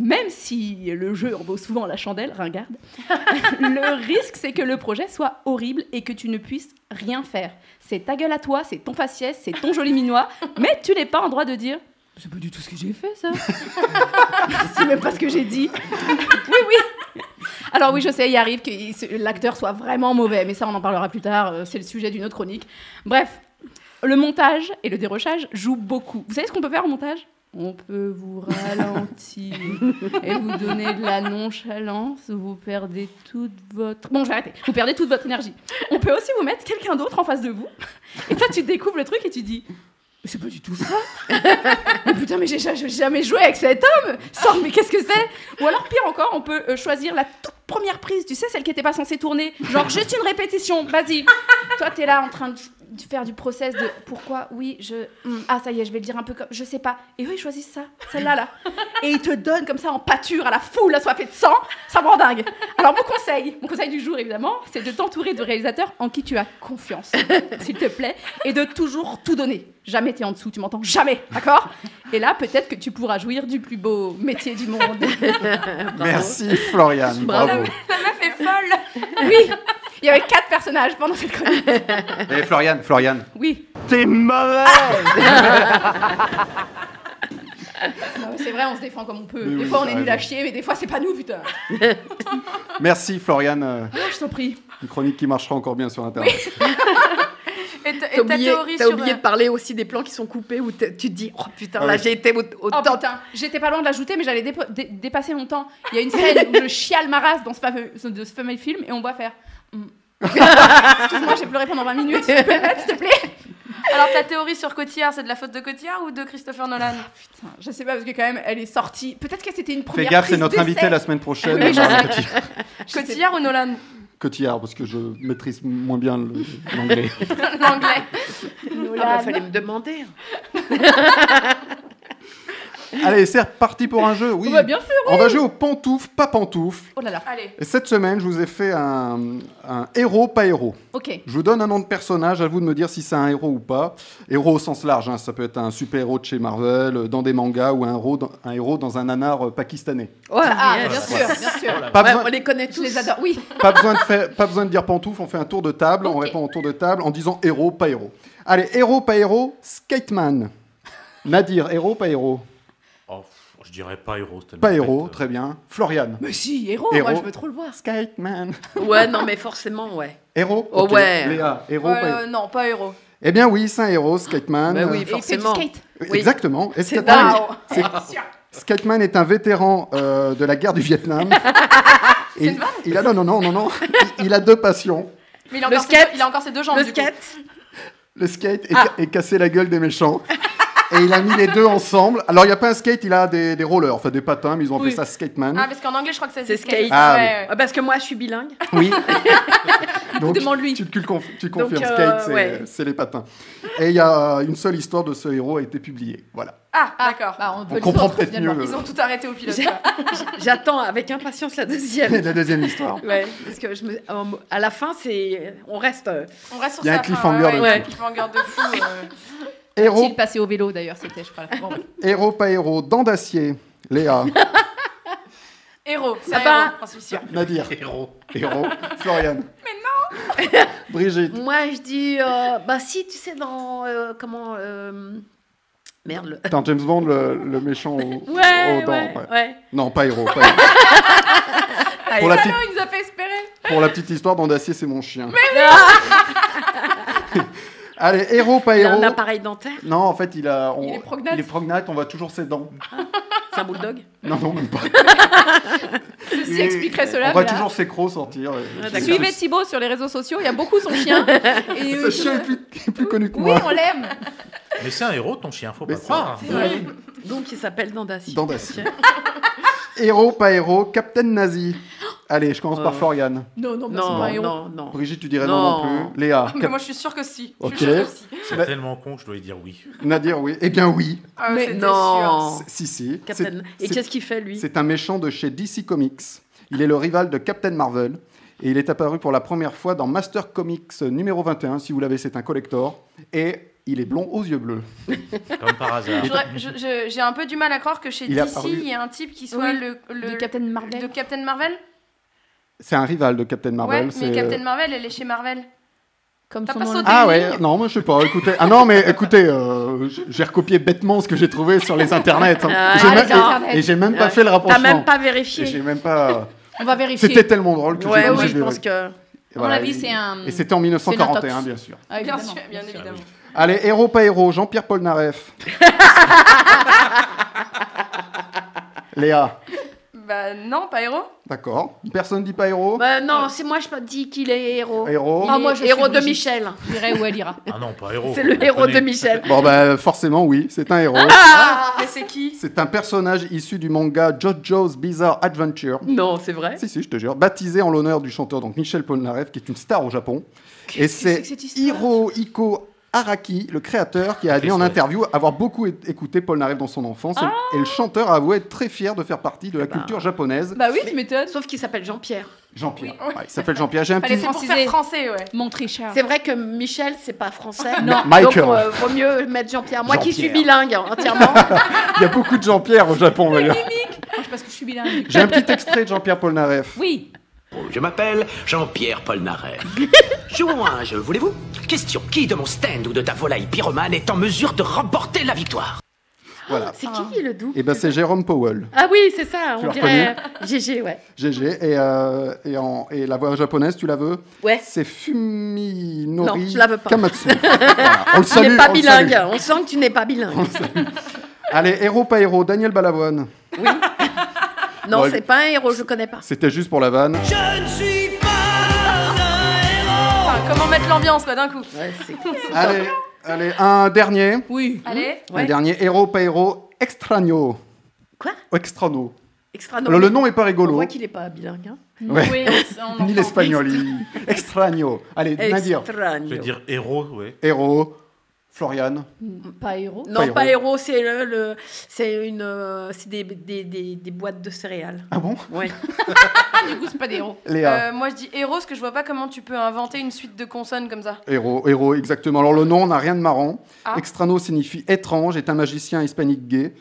S7: Même si le jeu en vaut souvent la chandelle, ringarde, le risque, c'est que le projet soit horrible et que tu ne puisses rien faire. C'est ta gueule à toi, c'est ton faciès, c'est ton joli minois, mais tu n'es pas en droit de dire C'est pas du tout ce que j'ai fait, ça. <laughs> c'est même pas ce que j'ai dit. oui, oui. Alors oui, je sais, il arrive que il- ce- l'acteur soit vraiment mauvais, mais ça, on en parlera plus tard, euh, c'est le sujet d'une autre chronique. Bref, le montage et le dérochage jouent beaucoup. Vous savez ce qu'on peut faire au montage on peut vous ralentir et vous donner de la nonchalance, vous perdez toute votre... Bon, j'ai arrêté. Vous perdez toute votre énergie. On peut aussi vous mettre quelqu'un d'autre en face de vous. Et toi, tu découvres le truc et tu dis... Mais c'est pas du tout ça. mais putain, mais j'ai ja- j'ai jamais joué avec cet homme. Sors, mais qu'est-ce que c'est Ou alors, pire encore, on peut euh, choisir la toute première prise, tu sais, celle qui n'était pas censée tourner. Genre, juste une répétition, vas-y. Toi, t'es là en train de de faire du process de pourquoi, oui, je. hmm, Ah, ça y est, je vais le dire un peu comme. Je sais pas. Et eux, ils choisissent ça, celle-là, là. Et ils te donnent comme ça en pâture à la foule assoiffée de sang. Ça me rend dingue. Alors, mon conseil, mon conseil du jour, évidemment, c'est de t'entourer de réalisateurs en qui tu as confiance, s'il te plaît, et de toujours tout donner. Jamais t'es en dessous, tu m'entends jamais, d'accord Et là, peut-être que tu pourras jouir du plus beau métier du monde.
S2: Merci Floriane, bravo.
S3: La meuf est folle.
S7: Oui Il y avait quatre personnages pendant cette chronique.
S2: Et Floriane, Floriane.
S7: Oui.
S2: T'es mauvaise
S7: Non, mais c'est vrai, on se défend comme on peut.
S2: Mais
S7: des
S2: oui,
S7: fois, on
S2: t'as
S7: est nul
S2: raison.
S7: à chier, mais des fois, c'est pas nous, putain.
S2: Merci Floriane, euh,
S7: Oh, je t'en prie.
S2: une chronique qui marchera encore bien sur Internet.
S3: Et ta
S5: T'as
S3: et ta
S5: oublié,
S3: théorie
S5: t'as
S3: sur.
S7: euh,
S5: oublié de parler aussi des plans qui sont coupés où t'es- tu te dis, oh putain,
S2: Ah
S5: là
S2: oui.
S5: j'ai été au, au
S7: Oh
S5: top.
S7: putain, j'étais pas loin de l'ajouter, mais j'allais dépo- dé- dépasser mon temps. Il y a une scène où je chiale ma race dans ce fameux, de ce fameux film et on voit faire. Hmm. Excuse-moi, j'ai pleuré pendant 20
S5: <laughs>
S7: minutes. Tu peux le mettre, s'il te plaît
S3: euh, Alors ta théorie sur Cotillard, c'est de la faute de Cotillard ou de Christopher Nolan
S7: Putain, je sais pas, parce que quand même, elle est sortie. Peut-être que c'était une
S2: Fais
S7: première.
S2: gaffe, c'est
S7: prise
S2: notre
S7: d'essai.
S2: invité la semaine prochaine.
S7: Oui, je
S2: Marion
S7: sais.
S2: Cotillard-
S7: Je sais
S3: Cotillard ou Nolan
S2: Cotillard, parce que je maîtrise moins bien le- <laughs> l'anglais.
S3: L'anglais.
S5: Ah, bah, fallait me demander.
S2: Allez, c'est reparti pour un jeu. Oui.
S7: Oh bah, bien sûr,
S2: On
S7: oui.
S2: va jouer au pantoufle, pas pantoufle.
S7: Oh là là. Allez.
S2: Et cette semaine, je vous ai fait un, un héros, pas héros.
S7: Ok.
S2: Je vous donne un nom de personnage, à vous de me dire si c'est un héros ou pas. Héros au sens large, hein, ça peut être un super-héros de chez Marvel, euh, dans des mangas, ou un héros dans un, héros dans un nanar euh, pakistanais.
S5: Ouais,
S7: Ah,
S5: mais, euh,
S7: bien
S5: voilà.
S7: sûr, bien sûr.
S2: Pas besoin-
S5: On les connaît tous.
S7: Je les adore, oui.
S2: Pas besoin, de faire- pas besoin de dire pantoufle, on fait un tour de table, on répond au tour de table en disant héros, pas héros. Allez, héros, pas héros,
S5: <laughs>
S2: Skateman. Nadir, héros, pas héros.
S9: Oh, pff, je dirais pas héros. tellement euh,
S2: Pas
S9: bête.
S2: héros, très bien. Florian.
S5: Mais si, héros,
S2: Héros.
S5: moi je veux trop le voir.
S2: Skateman.
S5: Ouais, non, mais forcément, ouais.
S2: Héros
S5: Oh
S2: Ok.
S5: ouais. Oh
S2: Léa, héros, pas héros.
S3: Euh, non, pas héros.
S2: Eh bien oui, c'est un héros, Skateman.
S5: Bah
S2: Euh,
S5: oui, forcément. Oui.
S2: Exactement. Et
S5: C'est
S2: Skateman,
S5: dingue.
S2: c'est- Skateman est un vétéran euh, de la guerre du
S5: <laughs>
S2: Vietnam. Et il, il a non non non non non. Il, il a deux passions.
S3: Mais il a,
S5: Le
S3: encore ses,
S5: skate.
S3: deux- il a encore ses deux jambes.
S5: Le
S3: du coup.
S5: skate.
S2: Le skate et,
S5: Ah.
S2: ca- et casser la gueule des méchants. Et il a mis les deux ensemble. Alors il n'y a pas un skate, il a des, des rollers, enfin des patins, mais ils ont appelé
S5: Oui.
S2: ça Skateman.
S3: Ah, parce qu'en anglais, je crois que ça se
S5: C'est
S3: dit
S5: skate.
S2: Ah,
S3: Ouais,
S2: oui.
S3: ouais.
S5: Ah, Parce que moi, je suis bilingue. <laughs>
S2: Oui. Donc,
S5: Demande-lui.
S2: Tu, tu le conf- tu confirmes,
S5: euh,
S2: skate, c'est
S5: ouais.
S2: c'est les patins. Et il y a une seule histoire de ce héros a été publiée. Voilà.
S3: Ah, d'accord.
S6: Bah, on peut
S2: On
S6: le
S2: comprend
S6: dire,
S2: peut-être
S6: finalement.
S2: mieux
S3: Ils ont tout arrêté au pilote.
S5: J'ai-
S3: quoi.
S5: J'attends avec impatience la
S2: euh, <laughs>
S5: deuxième.
S2: la deuxième histoire.
S5: Ouais, parce que je me... à la fin, c'est on reste. euh,
S3: On reste sur
S2: Il y a
S3: ça.
S2: un cliffhanger
S3: ouais,
S2: de
S3: ouais,
S2: fou.
S3: cliffhanger de fou. euh.
S2: Héros,
S6: S'il passait au vélo d'ailleurs, c'était, je crois. là. Bon,
S2: héros, pas héros, dents d'acier. Léa,
S3: Héros, c'est
S5: Ah
S3: un
S5: bah.
S3: héros, j'en suis sûre.
S2: Nadir,
S9: Héros.
S2: héros, Florian. Mais non <laughs> Brigitte,
S5: Moi, je dis euh, bah si, tu sais dans euh, comment euh, merde le.
S2: dans James Bond, le, le méchant au- aux,
S5: Ouais,
S2: dents.
S5: ouais,
S2: Oh, ouais.
S5: ouais.
S2: Non, pas héros. Pas héros. pour, la
S7: Bah,
S2: petite,
S3: Il nous a fait espérer.
S2: pour la petite histoire, dents d'acier, c'est mon chien. <laughs> Allez, héros, pas
S5: Il a
S2: héros.
S5: un appareil dentaire,
S2: Non, en fait, il a. on-
S7: Il est prognate.
S2: il est prognate, on voit toujours ses dents.
S5: c'est un bulldog.
S2: Non, non, même pas.
S7: Ceci
S2: Il est-
S7: expliquerait
S2: On
S7: cela.
S2: voit
S7: mais là-
S2: toujours ses crocs sortir. et-
S5: Ah, d'accord.
S7: Suivez Thibaut sur les réseaux sociaux, il y a beaucoup
S2: <laughs>
S7: son chien. Et
S2: Ce
S7: euh,
S2: chien est plus, est plus connu que
S7: Oui,
S2: moi.
S7: on l'aime.
S9: Mais c'est un héros, ton chien, faut
S2: Mais
S9: pas
S2: c'est-
S9: croire. hein.
S5: Donc il s'appelle Dandassi.
S2: Dents d'acier. Héros, pas héros, Captain
S5: <gasps>
S2: Nazi. Allez, je commence par
S5: Euh.
S2: Florian.
S6: Non, non, bah, c'est
S5: Non,
S6: pas un héros.
S5: non, non.
S2: Brigitte, tu dirais non, non
S5: Non.
S2: plus.
S5: <laughs>
S2: Léa,
S3: Mais
S2: Cap-
S3: moi, je suis sûre que si. Je
S2: Ok.
S3: suis sûre que si.
S9: C'est
S2: Bah-
S9: tellement con que je dois dire oui.
S2: Nadir, oui. Eh bien, oui.
S3: Ah,
S5: Mais
S3: c'était sûr.
S5: non.
S2: C'est- Si, si.
S5: Oh. Captain.
S2: C'est-
S5: Et
S2: c'est-
S5: qu'est-ce qu'il fait lui
S2: C'est un méchant de chez DC Comics. Il est le rival de Captain Marvel. Et il est apparu pour la première fois dans Master Comics numéro 21. Si vous l'avez, c'est un collector. Et il est blond aux yeux bleus.
S9: Comme par hasard.
S3: Je voudrais- je- je- J'ai un peu du mal à croire que chez
S2: Il a
S3: DC,
S2: paru-
S3: il y a un type qui soit
S6: Oui,
S3: le, le-
S6: De Captain Marvel.
S3: de Captain Marvel.
S2: C'est un rival de Captain Marvel.
S3: ouais, mais
S2: c'est- euh,
S3: Captain Marvel, elle est chez Marvel.
S6: Comme
S3: T'as
S6: son
S3: pas
S6: nom.
S3: sauté
S2: Ah ouais, non, moi je sais pas. Écoutez, ah non, mais écoutez, euh, j- j'ai recopié bêtement ce que j'ai trouvé sur les internets. hein.
S5: Ah,
S2: J'ai
S5: les
S2: même- et-
S6: internets.
S2: et j'ai même pas
S5: Ouais.
S2: fait le
S5: T'as
S2: rapprochement.
S5: même pas
S2: Et j'ai
S5: vérifié.
S2: même pas.
S6: On va vérifier.
S2: C'était tellement drôle que j'ai-
S5: Ouais,
S2: j'ai
S5: oui, je
S2: vu-
S5: pense que.
S6: À
S2: et
S6: mon
S2: voilà,
S6: avis,
S2: et-
S6: c'est un.
S2: Et c'était en 1941,
S6: intox.
S2: bien sûr.
S6: Ah,
S3: Bien
S6: évidemment.
S3: sûr, bien évidemment.
S2: Allez, héros pas héros, Jean-Pierre Polnareff. Léa,
S3: Bah non, pas héros.
S2: d'accord. Personne dit pas héros.
S5: Bah, non, c'est moi je dis qu'il est héros. Ah,
S2: Héros.
S5: Il est
S6: moi, je
S5: héros
S6: suis
S5: de
S6: Brigitte.
S5: Michel.
S6: Je dirais où elle ira.
S9: Ah non, pas héros.
S5: C'est
S9: vous
S5: le héros de
S9: comprenez.
S5: Michel.
S2: Bon bah forcément oui, c'est un héros.
S3: Mais c'est qui
S2: C'est un personnage issu du manga JoJo's Bizarre Adventure.
S5: Non, c'est vrai.
S2: Si, si, je te jure. Baptisé en l'honneur du chanteur donc Michel Polnareff, qui est une star au Japon. Et c'est Hirohiko Araki, le créateur, qui a admis en
S9: Triste, ouais.
S2: interview avoir beaucoup é- écouté Polnareff dans son enfance. Et- Et le chanteur a avoué être très fier de faire partie de la
S5: Ah bah.
S2: culture japonaise.
S6: Bah oui, tu m'étonnes.
S5: Sauf qu'il s'appelle Jean-Pierre.
S2: Jean-Pierre. Ouais, il s'appelle Jean-Pierre. J'ai un
S6: Allez,
S2: petit.
S3: C'est pour
S6: Francisé.
S3: faire français, ouais.
S6: Mon tricheur.
S5: C'est vrai que Michel, c'est
S2: <laughs>
S5: pas français.
S2: Non.
S5: Donc,
S2: Michael.
S5: euh, vaut mieux mettre Jean-Pierre. Moi qui suis
S2: Jean-Pierre.
S5: bilingue hein,
S2: <laughs>
S5: entièrement.
S2: Il y a beaucoup de Jean-Pierre au Japon, d'ailleurs.
S6: Moi, je pense que je suis bilingue.
S2: J'ai un petit extrait de Jean-Pierre Polnareff.
S6: Oui.
S10: Je m'appelle Jean-Pierre <laughs> Polnareff. Jouons à un jeu, voulez-vous Question qui de mon stand ou de ta volaille pyromane est en mesure de remporter la victoire
S2: Voilà.
S5: C'est qui le doux
S2: Et ben c'est Jérôme Powell,
S5: Ah oui, c'est ça.
S2: Tu
S5: On
S2: le
S5: dirait GG, ouais.
S2: GG. Et, euh, et, en- et la voix japonaise, tu la veux
S5: Ouais.
S2: C'est Fuminori
S5: Non, je la veux pas. <laughs>
S2: Kamatsu. Voilà, on le
S5: Tu
S2: salue.
S5: n'es Ah, pas
S2: on le
S5: bilingue.
S2: salue.
S5: On sent que tu n'es pas bilingue.
S2: Allez, héros pas héros, Daniel Balavoine.
S5: Non,
S2: Bon,
S5: c'est pas un héros, je connais pas.
S2: C'était juste pour la vanne.
S3: Enfin, comment mettre l'ambiance, quoi, d'un coup
S5: Ouais, c'est-
S2: Allez, allez, un dernier.
S6: Oui.
S3: Allez.
S5: Ouais.
S2: Un dernier héros pas héros, extraño.
S5: Quoi
S2: Extrano.
S5: Extra
S2: Alors, le nom est pas
S5: On
S2: rigolo.
S5: voit qu'il est pas bilingue. Hein.
S2: Mmh. Ouais.
S3: Oui,
S2: <laughs>
S3: on
S2: Ni
S3: entend.
S2: l'espagnol. il- Extraño. Allez, Nadir.
S5: Extraño.
S9: Je vais dire héros, ouais.
S2: Héros. Floriane
S6: Pas héros
S5: Non,
S2: Pas
S5: pas
S2: héros.
S5: héros, c'est le, le- c'est une, euh, c'est des, des, des, des boîtes de céréales.
S2: Ah bon
S5: <laughs> Ouais.
S3: du coup, c'est pas des héros.
S2: Léa.
S3: Euh, moi, je dis héros parce que je vois pas comment tu peux inventer une suite de consonnes comme ça.
S2: Héros, héros, exactement. Alors le nom n'a rien de marrant.
S3: Ah.
S2: Extrano signifie étrange, est un magicien hispanique gay,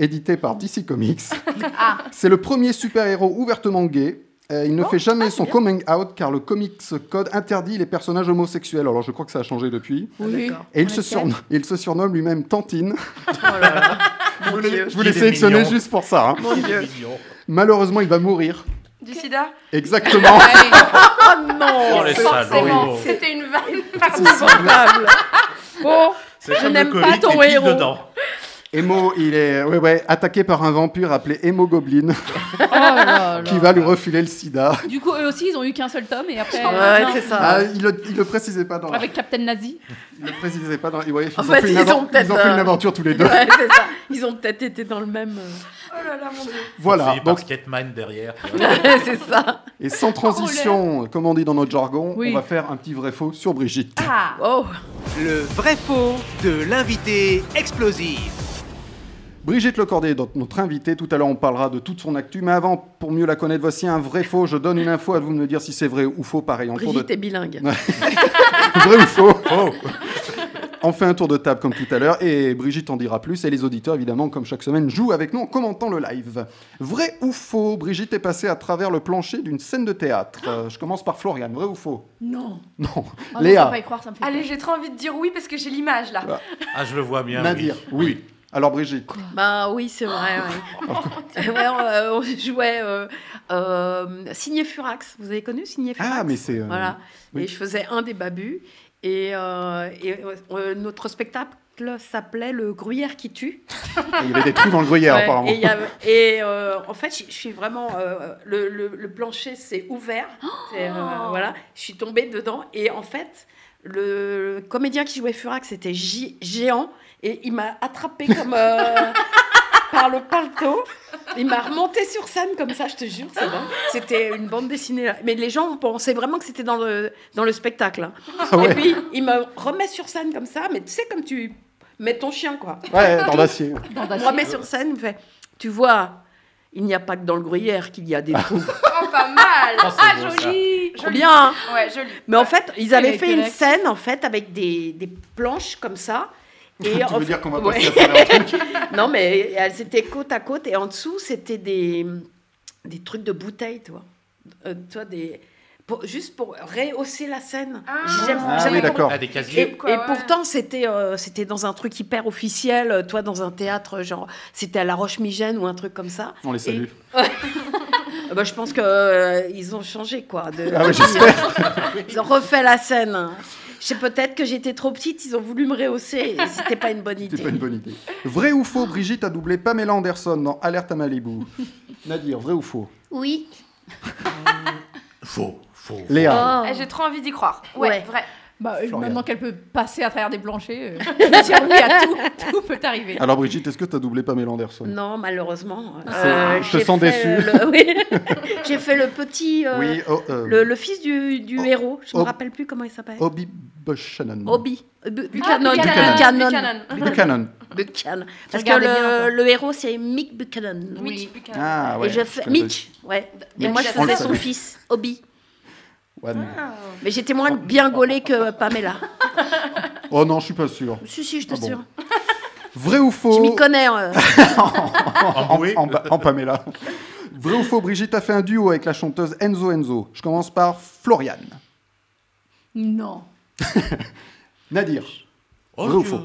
S2: édité par
S6: <laughs>
S2: DC Comics.
S6: Ah.
S2: C'est le premier super-héros ouvertement gay. Euh,
S6: Oh,
S2: il ne fait jamais
S6: ah,
S2: son coming out car le Comics Code interdit les personnages homosexuels. Alors je crois que ça a changé depuis.
S6: Oui.
S2: Et il, se surnomme, il se surnomme lui-même Tantine.
S6: Oh
S3: Je voulais,
S2: <laughs> Je vous l'ai sélectionné juste pour ça. hein.
S3: Mon Dieu.
S2: Malheureusement, il va mourir.
S3: Du sida
S5: Ah,
S2: Exactement.
S6: <laughs>
S3: Oh
S5: non
S9: Oh, les salauds.
S3: Forcément, C'était
S2: <laughs>
S3: une vanne
S5: épouvantable. Bon,
S9: C'est
S5: je
S9: comme
S5: n'aime
S9: le
S5: pas
S9: Covid,
S5: ton
S9: t'es pile
S5: héros.
S9: dedans.
S2: Emo, il est ouais, ouais, attaqué par un vampire appelé Emo Goblin
S6: Oh là là.
S2: qui va lui refiler le sida.
S6: Du coup, eux aussi, ils ont eu qu'un seul tome et après. Non.
S2: Ah, il, le, il le précisait pas dans la-
S6: Avec Captain Nazi.
S2: il le précisait pas dans. ouais, ils,
S5: En
S2: ont
S5: fait,
S2: fait une
S5: ils
S2: aven-
S5: ont peut-être.
S2: ils ont fait
S5: euh,
S2: une aventure tous les
S5: <laughs>
S2: deux.
S5: ouais, c'est ça. Ils ont peut-être été dans le même. euh,
S3: Oh là là, mon dieu.
S2: Voilà.
S9: Conseillé par Skatman derrière.
S2: <laughs>
S5: c'est ça.
S2: Et sans transition, comme on dit dans notre jargon,
S1: Oui.
S2: on va faire un petit vrai faux sur Brigitte.
S5: Ah Oh
S1: Le vrai faux de l'invité explosif.
S2: Brigitte Lecordier est donc notre invitée. Tout à l'heure, on parlera de toute son actu. Mais avant, pour mieux la connaître, voici un vrai faux. Je donne une info à vous de me dire si c'est vrai ou faux. Pareil, en tour de
S5: Brigitte est bilingue.
S2: vrai <laughs> ou faux On fait un tour de table comme tout à l'heure et Brigitte en dira plus et les auditeurs évidemment comme chaque semaine jouent avec nous en commentant le live. Vrai ou faux Brigitte est passée à travers le plancher d'une scène de théâtre. Euh, je commence par Floriane, vrai ou faux
S5: Non.
S2: Non.
S6: Oh, non, je peux
S2: Léa,
S6: pas y croire, ça me fait
S3: Allez, j'ai trop envie de dire oui parce que j'ai l'image là.
S9: Ah, je le vois bien.
S2: Nadir, oui. Alors Brigitte,
S5: Bah oui, c'est vrai. ouais. <laughs> Ouais, on, euh, on jouait euh, euh, Signé Furax. Vous avez connu Signé Furax
S2: Ah, mais c'est, euh,
S5: Voilà.
S2: oui.
S5: Et je faisais un des babus. Et, euh, et, euh, notre spectacle s'appelait Le Gruyère qui tue.
S2: il y avait des trous dans le gruyère
S5: Ouais,
S2: apparemment.
S5: Et, il y avait- et, euh, en fait, je- je suis vraiment. euh, le, le- le plancher s'est ouvert. C'est, euh, voilà, je suis tombée dedans. Et en fait, le comédien qui jouait Furax c'était J- géant. Et il m'a attrapée comme. euh, par le paletot. Il m'a remonté sur scène comme ça, je te jure, c'est dingue. C'était une bande dessinée. là. Mais les gens ont pensé vraiment que c'était dans le, dans le spectacle. hein.
S2: Ah ouais.
S5: Et puis, il me remet sur scène comme ça, mais tu sais, comme tu mets ton chien, quoi.
S2: Ouais, dans l'acier.
S5: On me remet sur scène, il me fait Tu vois, il n'y a pas que dans le gruyère qu'il
S2: <laughs>
S5: y a des trous.
S3: Oh, pas mal.
S5: Oh, c'est
S3: ah,
S5: beau, ça.
S3: joli.
S5: Trop
S3: Joli.
S5: bien, hein.
S3: Ouais, joli.
S5: mais en fait, ils avaient
S3: Ouais,
S5: fait une
S3: correct.
S5: scène en fait avec des, des planches
S2: <laughs>
S5: comme ça.
S2: Tu
S5: en
S2: veux
S5: fait-
S2: dire qu'on va passer à travers un truc
S5: Non, mais elles étaient côte à côte et en dessous, c'était des, des trucs de bouteilles, toi. Euh, toi, des. pour- juste pour rehausser la scène. J'aime-
S2: Ah
S5: j'avais
S2: oui, d'accord.
S5: compris.
S2: Ah, des casiers.
S5: et,
S2: Quoi,
S5: et
S2: ouais.
S5: pourtant, c'était euh, c'était dans un truc hyper officiel, euh, toi, dans un théâtre, genre, c'était à La Roche-Migène ou un truc comme ça.
S2: On les salue.
S5: Ah bah, je pense que euh, ils ont changé quoi. de-
S2: Ah ouais, j'espère.
S5: <laughs> Ils ont refait la scène. Je sais peut-être que j'étais trop petite, ils ont voulu me rehausser. et C'était pas une bonne idée.
S2: <laughs> C'était pas une bonne idée. Vrai ou faux Brigitte a doublé Pamela Anderson dans Alerte à <laughs> Malibu. Nadir, vrai ou faux
S3: Oui.
S9: Faux. Faux.
S5: Oh.
S2: Léa.
S5: Ah,
S3: Eh, J'ai trop envie d'y croire. Ouais,
S6: Ouais.
S3: vrai.
S6: Bah, euh,
S2: Florian.
S6: maintenant qu'elle peut passer à travers des planchers, euh, <laughs> je veux dire oui à tout, tout peut arriver.
S2: Alors Brigitte, est-ce que tu as doublé Pamela Anderson
S5: Oh. Non, malheureusement.
S2: Ah, C'est-
S5: euh,
S2: je te
S5: j'ai
S2: sens
S5: fait
S2: déçu.
S5: le- oui. <laughs> J'ai fait le petit. euh,
S2: Oui, oh, euh,
S5: le, le fils du, du héros. Je ne
S2: Ob-
S5: me rappelle plus comment il s'appelle.
S2: Obi Buchanan.
S5: Obi. Euh, Bu-
S3: Ah,
S5: Buchanan.
S2: Buchanan.
S5: Buchanan.
S2: Buchanan.
S5: Buchanan. Parce que
S3: regardais bien,
S5: le, le héros, c'est Mick Buchanan.
S3: Mitch Buchanan.
S2: Ah, ouais,
S5: Et je
S2: je
S5: fais.
S2: connais.
S5: Mitch, ouais. Et
S2: Mitch.
S5: moi, je
S2: On le
S5: faisais son
S2: savait.
S5: fils, Obi.
S2: Ouais, non.
S5: Mais j'étais moins bien gaulée que Pamela.
S2: Oh non, je suis pas sûr.
S5: Si, si, je te
S2: Ah bon. Oh.
S5: jure.
S2: Vrai ou faux
S5: Je m'y
S2: <laughs>
S5: connais. euh.
S2: en, en- en Pamela. Vrai ou faux, Brigitte a fait un duo avec la chanteuse Enzo Enzo. Je commence par Floriane.
S6: Non.
S2: Nadir.
S9: Oh,
S2: vrai ou
S9: je-
S2: faux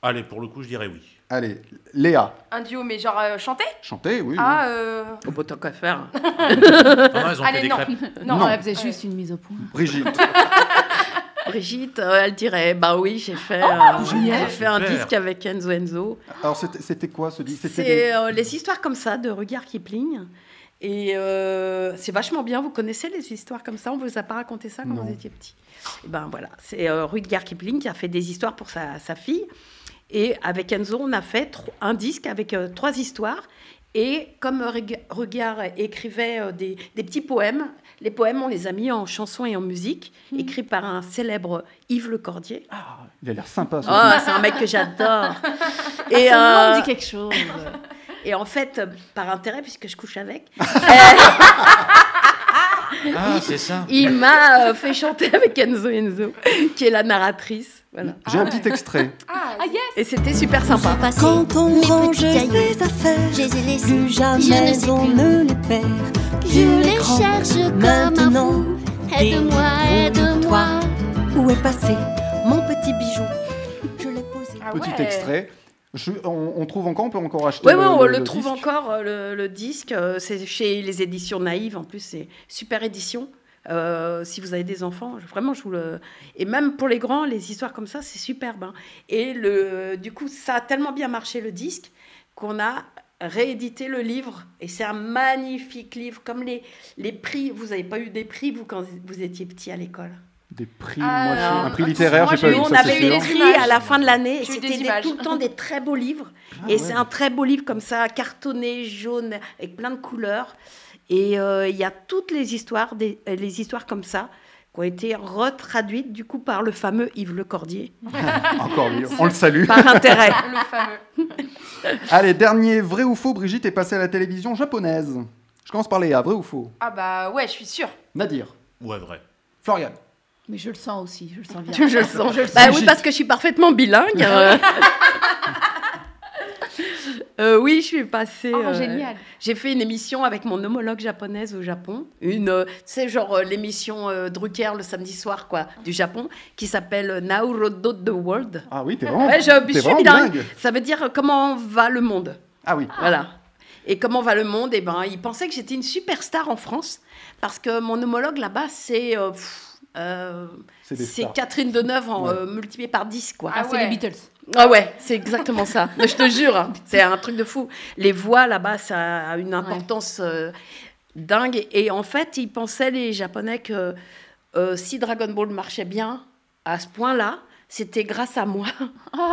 S9: Allez, pour le coup, je dirais oui.
S2: Allez, Léa.
S3: Un duo, mais genre euh, chanté
S2: Chanter, oui.
S3: Ah, euh.
S5: Au bout tant qu'à faire.
S9: elles ont fait
S3: Allez,
S9: des
S3: non.
S9: crêpes.
S3: non.
S2: Non.
S5: elle faisait juste
S6: une mise au point.
S2: Brigitte.
S5: Brigitte, euh, elle dirait Bah oui, j'ai fait, euh,
S2: Oh, génial.
S5: j'ai fait un
S2: Super.
S5: disque avec Enzo Enzo.
S2: Alors c'était c'était quoi ce disque C'était
S5: C'est
S2: des-
S5: euh, les histoires comme ça de Rudyard Kipling. Et euh, c'est vachement bien. Vous connaissez les histoires comme ça On vous a pas raconté ça quand
S2: Non.
S5: vous étiez petit Et ben voilà, c'est euh, Rudyard Kipling qui a fait des histoires pour sa, sa fille. Et avec Enzo, on a fait tro- un disque avec euh, trois histoires. Et comme Reg- Regard écrivait euh, des, des petits poèmes, les poèmes, on les a mis en chansons et en musique, écrits par un célèbre Yves Le Cordier.
S2: Il a l'air sympa. ce
S5: Ah,
S7: <laughs>
S2: film.
S5: c'est un mec que j'adore.
S7: Et ça Ah, me
S5: euh,
S7: dit quelque chose.
S5: <laughs> Et en fait, euh, par intérêt, puisque je couche avec,
S9: Ah, c'est ça.
S5: il m'a euh, fait chanter avec Enzo Enzo, qui est la narratrice. Voilà.
S2: J'ai un petit
S5: <laughs>
S2: extrait.
S5: Ah, yes. Et c'était super sympa.
S11: Quand on range ses affaires, plus jamais
S5: Je ne sais
S11: on
S5: plus.
S11: ne les perd.
S8: Je les
S11: prends
S8: cherche comme un
S11: maintenant.
S8: fou. Aide-moi,
S11: aide-moi. Où est passé mon petit bijou Je l'ai posé.
S5: Ah
S3: ah
S2: Petit extrait. Je- on, on trouve encore, on peut encore acheter.
S5: Oui, oui, on le,
S2: disque.
S5: trouve encore, euh, le, le disque. euh, C'est chez les éditions Naïves, en plus, c'est super édition. Euh, si vous avez des enfants, je- vraiment, je vous le. Et même pour les grands, les histoires comme ça, c'est superbe. hein. Et le, du coup, ça a tellement bien marché le disque qu'on a réédité le livre. Et c'est un magnifique livre. Comme les, les prix, vous n'avez pas eu des prix, vous, quand vous étiez petit à l'école
S2: Des prix,
S5: Ah,
S2: moi, j'ai-
S5: alors,
S2: un prix littéraire,
S5: moi,
S2: j'ai pas
S5: j'ai-
S2: eu
S5: On
S2: ça, c'est
S5: avait eu les
S2: sûr.
S5: prix à la fin de l'année. et
S3: J'ai eu
S5: C'était
S3: des
S5: des-
S3: images.
S5: tout le temps des très beaux livres. et
S3: ouais.
S5: c'est un très beau livre comme ça, cartonné, jaune, avec plein de couleurs. Et euh, il y a toutes les histoires, des, euh, les histoires comme ça, qui ont été retraduites du coup par le fameux Yves Le Cordier.
S2: Encore
S5: <laughs>
S2: mieux. On le salue.
S5: Par intérêt.
S3: Le fameux.
S2: Allez, dernier vrai ou faux, Brigitte est passée à la télévision japonaise. Je commence par Léa, vrai ou faux
S3: Ah bah ouais, je suis sûre.
S2: Nadir.
S9: Ouais, vrai.
S2: Florian.
S6: Mais je le sens aussi, je le sens bien.
S5: je le sens. Bah oui, parce que je suis parfaitement bilingue. euh. <laughs> Euh, oui, je suis passée.
S3: Ah,
S5: euh,
S6: Oh, génial.
S5: J'ai fait une émission avec mon homologue japonaise au Japon. Une, euh, tu sais, genre euh, l'émission euh, Drucker le samedi soir, quoi, du Japon, qui s'appelle euh, Naurodo the World.
S2: Ah oui, t'es vraiment-
S5: Ouais, je,
S2: t'es
S5: je suis
S2: vraiment
S5: bilingue.
S2: bilingue.
S5: Ça veut dire euh, comment va le monde.
S2: Ah oui.
S5: Voilà. Et comment va le monde Eh ben, il pensait que j'étais une superstar en France parce que mon homologue là-bas, c'est euh, pff, euh,
S6: C'est des
S5: c'est
S6: stars.
S5: Catherine Deneuve en,
S6: Ouais.
S5: euh, multiplié par 10 quoi.
S6: Ah, Ah, c'est ouais. les Beatles.
S5: Ah ouais, c'est exactement ça. Mais je te jure, hein, c'est un truc de fou. Les voix là-bas, ça a une importance euh, dingue. Et en fait, ils pensaient les Japonais que euh, si Dragon Ball marchait bien à ce point-là. C'était grâce à moi.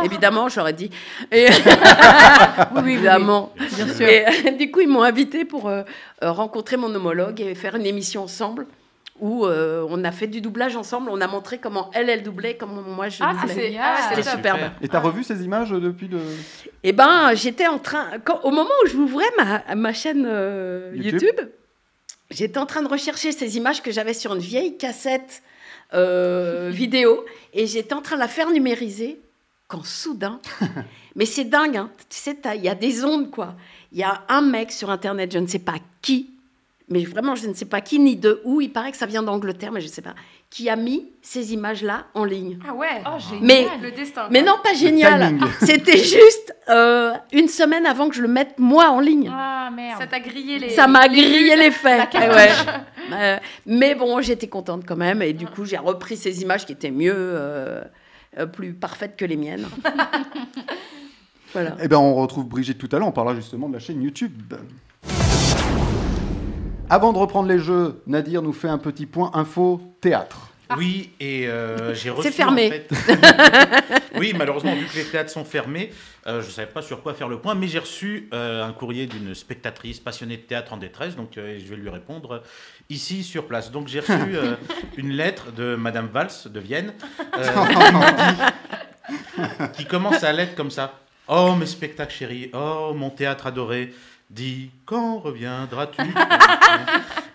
S5: Évidemment, j'aurais dit. Et- <laughs> oui, oui, évidemment.
S6: Bien sûr.
S5: Et, euh, du coup, ils m'ont invité pour euh, euh, rencontrer mon homologue et faire une émission ensemble où euh, on a fait du doublage ensemble. On a montré comment elle, elle doublait, comment moi, je
S3: Ah,
S5: doublais.
S3: c'est génial. Ah,
S5: C'était
S3: c'est top.
S5: superbe.
S2: Et t'as revu ces images depuis de.
S5: Eh ben, j'étais en train, quand- au moment où j'ouvrais ma, ma chaîne euh,
S2: YouTube.
S5: YouTube, j'étais en train de rechercher ces images que j'avais sur une vieille cassette euh, vidéo et j'étais en train de la faire numériser quand soudain, mais c'est dingue, hein, tu sais, t'as- il y a des ondes quoi. Il y a un mec sur internet, je ne sais pas qui, mais vraiment je ne sais pas qui ni de où, il paraît que ça vient d'Angleterre, mais je ne sais pas, qui a mis ces images là en ligne.
S3: Ah ouais. Oh, génial.
S5: Mais-
S3: le destin.
S5: Mais
S3: quoi.
S5: non, pas génial. Ah,
S3: timing.
S5: C'était juste euh, une semaine avant que je le mette moi en ligne.
S3: Ah merde. Ça t'a grillé les.
S5: Ça m'a grillé les faits.
S3: La
S5: Ah
S3: cartouche.
S5: ouais. Euh, mais bon, j'étais contente quand même. Et du coup, j'ai repris ces images qui étaient mieux, euh, euh, plus parfaites que les
S3: <laughs>
S5: miennes. voilà.
S2: Eh bien, on retrouve Brigitte tout à l'heure, on parlera justement de la chaîne YouTube. Avant de reprendre les jeux, Nadir nous fait un petit point info théâtre.
S9: Oui, et euh, j'ai reçu.
S5: fermé.
S9: en fait- <laughs> oui, malheureusement, vu que les théâtres sont fermés, euh, je ne savais pas sur quoi faire le point, mais j'ai reçu euh, un courrier d'une spectatrice passionnée de théâtre en détresse, donc euh, je vais lui répondre euh, ici sur place. Donc j'ai reçu euh, une lettre de Madame Valls de Vienne euh, qui me dit- qui commence à lettre comme ça. Oh, mes spectacles chéris, oh, mon théâtre adoré. Dis, quand reviendras-tu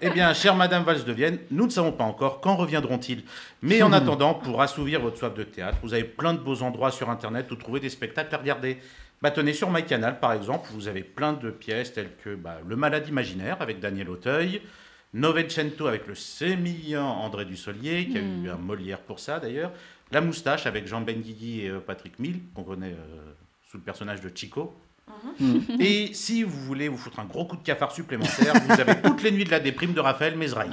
S9: Eh bien, chère Madame Valls de Vienne, nous ne savons pas encore quand reviendront-ils. Mais en attendant, pour assouvir votre soif de théâtre, vous avez plein de beaux endroits sur Internet où trouver des spectacles à regarder. Bah, tenez, sur MyCanal, par exemple, vous avez plein de pièces telles que bah, Le Malade Imaginaire avec Daniel Auteuil, Novecento avec le sémillant André Dussolier, qui a
S12: Mm.
S9: eu un Molière pour ça d'ailleurs, La Moustache avec Jean Benguigui et euh, Patrick Mille, qu'on connaît euh, sous le personnage de Chico. <laughs> Et si vous voulez vous foutre un gros coup de cafard supplémentaire, vous avez toutes les nuits de la déprime de Raphaël Mesrahi.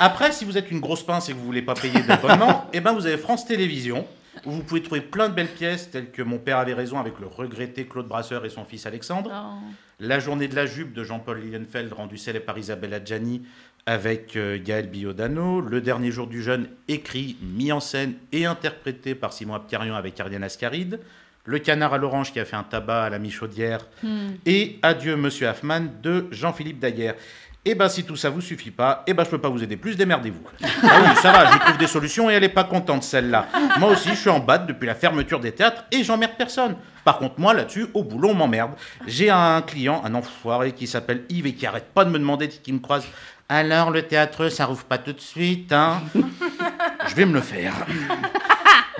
S9: Après, si vous êtes une grosse pince et que vous voulez pas payer d'abonnement, eh ben vous avez France Télévisions, où vous pouvez trouver plein de belles pièces telles que Mon père avait raison avec le regretté Claude Brasseur et son fils Alexandre, La journée de la jupe de Jean-Paul Lilienfeld, rendu célèbre par Isabella Gianni avec euh, Gaël Biodano, Le dernier jour du jeune, écrit, mis en scène et interprété par Simon Apcarian avec Ariane Ascaride, Le canard à l'orange qui a fait un tabac à la Michaudière et Adieu Monsieur Hoffman de Jean-Philippe Daguerre. Et ben si tout ça vous suffit pas, et ben je peux pas vous aider plus, démerdez-vous. <laughs> Ah oui, ça va, je trouve des solutions et elle est pas contente celle-là. Moi aussi, je suis en batte depuis la fermeture des théâtres et j'emmerde personne. Par contre, moi là-dessus, au boulot, on m'emmerde. J'ai un client, un enfoiré qui s'appelle Yves et qui arrête pas de me demander dès qu'il me croise. Alors le théâtre, ça rouvre pas tout de suite, hein Je vais me le faire.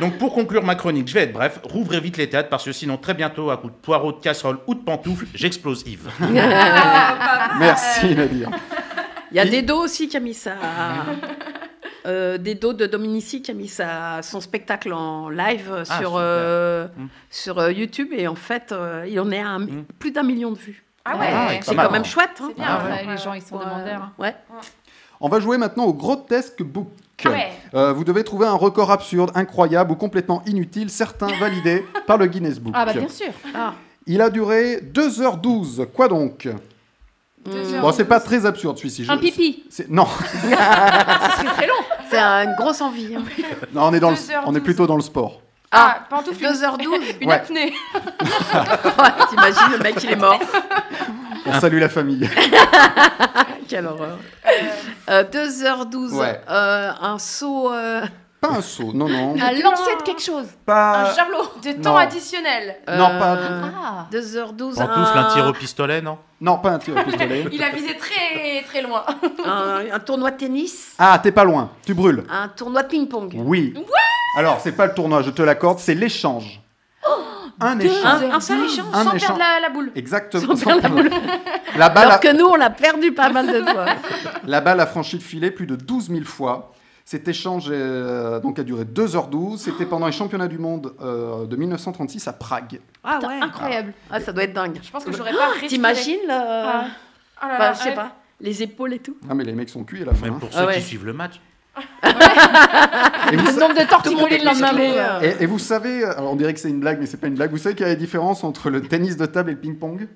S9: Donc pour conclure ma chronique, je vais être bref. Rouvrez vite les théâtres parce que sinon très bientôt, à coup de poireaux, de casserole ou de pantoufles, j'explose Yves.
S5: Ah.
S2: Merci Nadir.
S5: Il y a Dedo aussi qui a mis ça. Euh, Dedo de Dominici qui a mis sa- son spectacle en live euh,
S9: Ah,
S5: sur, euh, sur euh, YouTube et en fait, euh, il en est à un- plus d'un million de vues.
S6: Ah ouais. Ah ouais,
S5: c'est
S6: pas mal.
S5: quand même chouette. hein.
S6: C'est bien, ouais, les gens, ils sont demandeurs, hein.
S5: euh, Ouais.
S2: On va jouer maintenant au grotesque book.
S6: Ah ouais.
S2: Euh, vous devez trouver un record absurde, incroyable ou complètement inutile, certains
S5: <laughs>
S2: validés par le Guinness Book.
S6: Ah bah bien sûr.
S2: Il a duré 2h12. Quoi donc Bon, c'est pas très absurde celui-ci. je-
S5: Un pipi.
S2: c'est-
S5: <laughs>
S2: Non.
S5: C'est très long. C'est une grosse envie. hein.
S2: non on, est dans le-
S5: 2h12.
S2: on est plutôt dans le sport.
S5: Ah, pantoufle. <laughs> 2h12.
S2: Une Ouais.
S5: apnée. T'imagines, le mec, il est mort.
S2: On salue la famille.
S5: <laughs>
S2: <laughs>
S5: Quelle horreur. Euh, 2h12.
S2: Ouais.
S5: euh, un saut. euh,
S2: Pas un saut, non, non.
S5: <laughs> Un lancer de quelque chose.
S2: Pas- Un
S5: javelot.
S3: Euh, De
S2: Non.
S3: temps additionnel.
S5: Euh,
S2: Non, pas-
S5: ah. 2h12.
S9: Pantoufle, un tir au pistolet, non
S2: Non, pas un tir au
S5: <laughs>
S2: pistolet.
S3: Il a visé très très loin.
S5: un, un tournoi de tennis.
S2: Ah, t'es pas loin. Tu brûles.
S5: Un tournoi de ping-pong.
S2: Oui. Alors, c'est pas le tournoi, je te l'accorde, c'est l'échange. Un
S5: Oh, Deux
S2: échange.
S5: heures. Un seul échange.
S2: Un
S5: Sans perdre
S2: échange.
S5: la, la boule.
S2: Exactement.
S5: Sans perdre la boule.
S2: La balle,
S5: Alors
S2: a,
S5: que nous, on l'a perdu pas mal <laughs> de fois.
S2: la balle a franchi le filet plus de 12 000 fois. Cet échange euh, donc, a duré 2h12. C'était pendant les championnats du monde euh, de 1936 à Prague.
S5: Ah ouais. Incroyable. Ah, ça doit être dingue. Je pense
S3: que j'aurais pas respiré.
S5: T'imagines là, euh,
S3: Ah. Ah là
S5: bah,
S3: là,
S5: Je sais
S3: ouais.
S5: pas. Les épaules et tout.
S2: Ah, mais les mecs sont cuits à la fin.
S5: Ah
S9: Pour ceux qui suivent le match.
S2: Et vous
S5: le
S2: sa-
S5: nombre de torticolis
S2: torticolis
S5: le lendemain. euh,
S2: Et, et vous savez, alors on dirait que c'est une blague, mais c'est pas une blague. Vous savez quelle est la différence entre le tennis de table et le ping-pong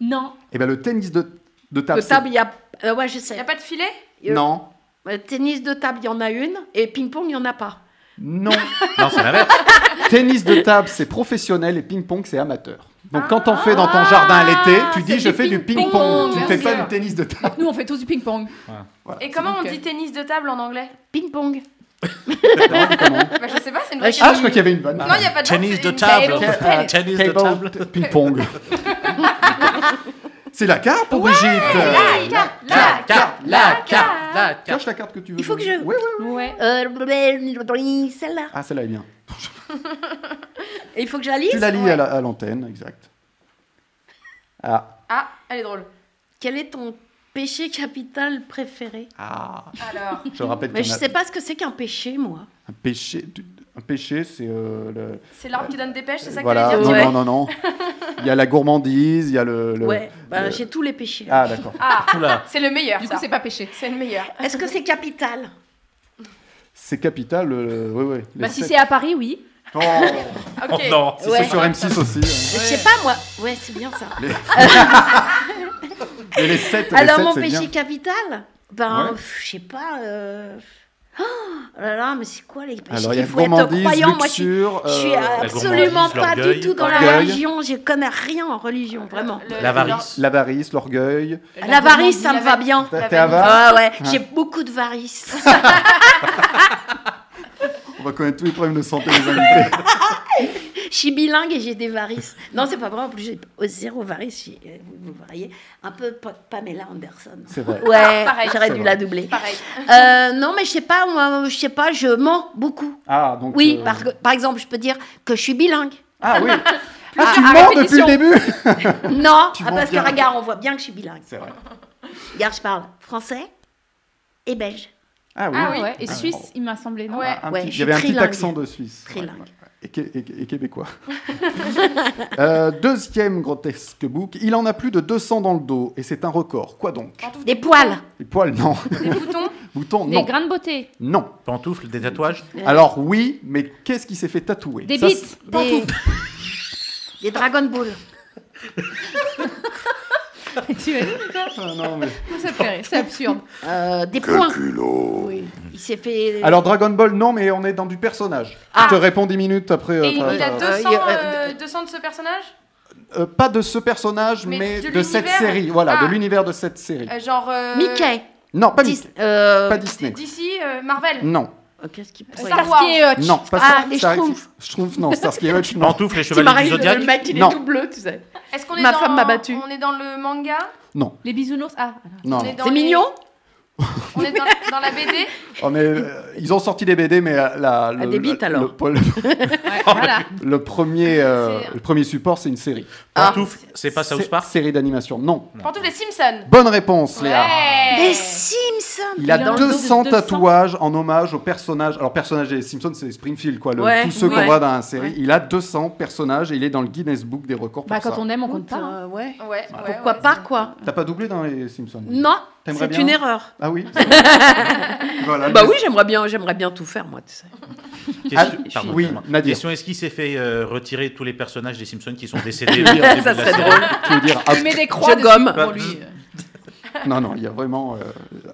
S5: Non.
S2: Eh bien, le tennis de, de table.
S5: De
S2: c'est-
S5: table, il y a. euh, ouais, je sais. Il n'y a
S3: pas de filet
S2: Non.
S5: Euh, Tennis de table, il y en a une. Et ping-pong, il n'y en a pas.
S2: Non.
S9: Non, c'est l'inverse.
S5: <laughs>
S2: tennis de table, c'est professionnel et ping-pong, c'est amateur. Donc quand
S5: Ah,
S2: t'en fais dans ton jardin l'été, tu dis je fais du ping-pong. Tu ne
S6: bien
S2: fais pas
S6: sûr.
S2: du tennis de table. <laughs>
S6: Nous, on fait tous du ping-pong.
S3: Et comment on
S6: donc, euh,
S3: dit tennis de table en anglais
S5: Ping-pong.
S3: bah, je sais pas, c'est une
S2: Ah,
S3: vraie
S2: je crois qu'il y avait une vanne.
S3: Non, il n'y a pas de
S9: Tennis de
S3: vanne, c'est
S9: table.
S3: une-
S9: Ah, Tennis de table.
S2: Ping-pong. <laughs> c'est la carte pour Brigitte.
S5: La
S2: carte,
S5: la
S2: carte, la carte. Cherche la carte que tu veux.
S5: Il faut que je.
S2: Oui, oui,
S5: Ouais. Euh, celle-là.
S2: Ah, celle-là est bien.
S5: Et il faut que je la lise
S2: Tu la lis
S5: Ouais.
S2: à la- à l'antenne, exact. Ah.
S3: Ah, elle est drôle.
S5: Quel est ton péché capital préféré
S2: Ah.
S3: Alors.
S2: Je rappelle
S5: Mais
S2: qu'il y
S5: je
S2: en a-
S5: sais pas ce que c'est qu'un péché, moi.
S2: Un péché, tu- un péché c'est euh, le...
S3: <laughs> C'est l'arbre qui donne des pêches, c'est ça
S2: Voilà,
S3: que tu
S2: non,
S3: veux dire
S2: non, non, non. Il y a la gourmandise, il y a le. le-
S5: ouais, bah,
S2: le-
S5: j'ai tous les péchés.
S2: Ah, d'accord.
S3: Ah,
S2: Oula.
S3: c'est le meilleur.
S6: Du
S3: ça.
S6: coup, c'est pas péché.
S3: C'est
S5: <laughs>
S3: le meilleur.
S5: Est-ce que c'est capital
S2: C'est capital, euh, ouais, ouais.
S6: Bah,
S2: Les
S6: si
S2: sept-
S6: c'est à Paris, oui.
S2: Oh,
S3: Ok.
S2: Oh non, si
S5: Ouais.
S2: c'est sur M6 aussi.
S5: Je
S2: hein.
S5: sais pas, moi. Ouais, c'est bien ça.
S2: Les- Et les 7,
S5: Alors,
S2: les sept,
S5: mon
S2: c'est
S5: péché
S2: bien.
S5: capital Ben,
S2: Ouais.
S5: pff, je sais pas. euh, Oh là là, mais c'est quoi les péchés
S2: Alors, il y a
S5: faut être
S2: gourmandise,
S5: croyant. Moi, je suis-
S2: luxure,
S5: je suis
S2: euh, La
S5: absolument
S2: gourmandise,
S5: pas du
S2: l'orgueil,
S5: tout dans la
S2: l'orgueil.
S5: religion. Je connais rien en religion, vraiment.
S2: L'avarice. L'avarice, l'orgueil.
S5: L'avarice, ça me va bien.
S2: T'es L'avarice. avare
S5: Ah ouais,
S2: Ah.
S5: j'ai beaucoup de varices.
S2: On va connaître tous les problèmes de santé des invités.
S5: Je suis bilingue et j'ai des varices. Non, c'est pas vrai. En plus, j'ai au zéro varices. j'ai- euh, Vous vous voyez, un peu Pa- Pamela Anderson.
S2: <laughs> C'est vrai.
S5: Ouais,
S3: Pareil.
S5: j'aurais
S2: C'est
S5: dû
S2: vrai.
S5: la doubler. Euh, non, mais je sais pas. Moi, je sais pas. Je mens beaucoup.
S2: Ah, donc.
S5: oui,
S2: euh,
S5: par, par exemple, je peux dire que je
S2: <laughs>
S5: suis bilingue.
S2: Ah oui. Ah, tu mens depuis le début
S5: Non,
S2: Tu
S5: ah,
S2: mens
S5: parce que
S2: bien.
S5: regarde, on voit bien que je suis bilingue.
S2: C'est vrai.
S5: Regarde, je parle français et belge.
S2: Ah oui.
S6: Ah ouais, et
S2: Ah,
S6: Suisse, il m'a semblé, non
S5: Ouais.
S2: un
S5: Ouais,
S2: petit- il
S5: je
S2: y
S5: suis
S2: avait un petit
S5: trilingue.
S2: accent de Suisse. Ouais,
S5: Trilingue.
S2: ouais, ouais. Et, qué- et- et québécois. <laughs> Euh, deuxième grotesque book. Il en a plus de 200 dans le dos et c'est un record. Quoi donc
S5: Des poils.
S2: Les poils, non. <laughs>
S6: Des boutons
S2: Boutons, non.
S6: de beauté.
S2: Non.
S9: Pantoufles, des tatouages
S2: Alors oui, mais qu'est-ce qui s'est fait tatouer
S6: Des
S2: Ça,
S6: bites. <laughs>
S2: c'est-
S5: Des, des Dragon Ball.
S6: tu
S2: Ah non, mais...
S6: Ça me fait rire, c'est absurde.
S5: Euh, des points.
S2: Oui.
S5: Il s'est fait.
S2: Alors Dragon Ball, non, mais on est dans du personnage.
S3: Ah.
S2: Je te réponds 10 minutes après. euh,
S3: Et il
S2: t'as-
S3: a
S2: t'as-
S3: 200,
S5: il y a-
S3: euh, 200 de ce personnage
S2: Euh, pas de ce personnage,
S3: Mais
S2: mais,
S3: de
S2: de,
S3: l'univers.
S2: cette série. Voilà,
S3: Ah.
S2: de l'univers de cette série.
S3: Euh, Genre. euh,
S5: Mickey.
S2: Non, pas Disney. Pas Disney.
S3: D'ici, euh, Marvel.
S5: Mm.
S2: Non.
S5: Qu'est-ce qui pourrait
S3: Star Wars.
S6: euh,
S2: Non, pas
S5: Ah,
S2: Star-
S5: les
S2: Star-
S5: Schtroumpfs.
S2: Schtroumpfs, non. Starsky et
S3: <laughs>
S2: Hutch, non.
S9: Pantoufles, les
S5: C'est
S9: chevaliers
S5: pareil,
S9: du
S5: le,
S9: Zodiac.
S5: le mec, il est
S2: Non.
S5: tout bleu, tu sais.
S3: Est-ce qu'on est
S5: Ma
S3: dans-
S5: femme m'a battu.
S3: On est dans le manga
S2: Non.
S3: Les bisounours. Ah.
S2: Non,
S3: on est
S2: non.
S3: dans
S5: C'est
S3: les-
S5: mignon
S3: On est dans, dans
S2: <laughs>
S3: la BD.
S2: Oh, mais, euh, ils ont sorti des BD, mais euh, la, le,
S5: des bites,
S2: le-
S5: alors.
S2: le, Paul-
S9: Oh,
S3: voilà.
S2: le premier, euh, le premier support, c'est une série.
S9: Pantoufles, c'est pas South
S2: C'est- Série d'animation, non.
S3: Pantoufles des Simpsons.
S2: Bonne réponse, Léa.
S3: Ouais.
S11: Simpsons
S2: Il a 200 tatouages en hommage au personnage. Alors, personnage des Simpsons, c'est Springfield, quoi. le-
S6: Ouais,
S2: tous ceux
S6: ouais.
S2: qu'on voit dans la série.
S6: Ouais.
S2: Il a 200 personnages et il est dans le Guinness Book des records
S6: Bah,
S2: pour
S6: quand
S2: ça.
S6: on aime, on compte pas. hein.
S5: Euh, Ouais.
S3: ouais.
S5: Bah, Pourquoi pas, quoi
S2: T'as pas doublé dans les Simpsons
S5: Non,
S2: T'aimerais
S5: c'est
S2: bien
S5: une erreur.
S2: Ah
S5: <laughs>
S2: oui Voilà,
S5: bah
S2: le-
S5: oui, j'aimerais bien, j'aimerais bien tout faire, moi, tu sais.
S2: Ah,
S9: Question, pardon,
S2: oui,
S9: excuse-moi.
S2: Nadir.
S9: Question, est-ce qu'il s'est fait euh, retirer tous les personnages des Simpsons qui sont
S2: Ça
S5: <laughs>
S9: décédés au début de la
S2: serait
S9: série
S2: drôle. Tu veux dire, ah,
S6: Tu mets des croix
S5: Je
S6: dessus
S5: gomme.
S6: pour lui.
S2: Non, non, il y a vraiment. euh,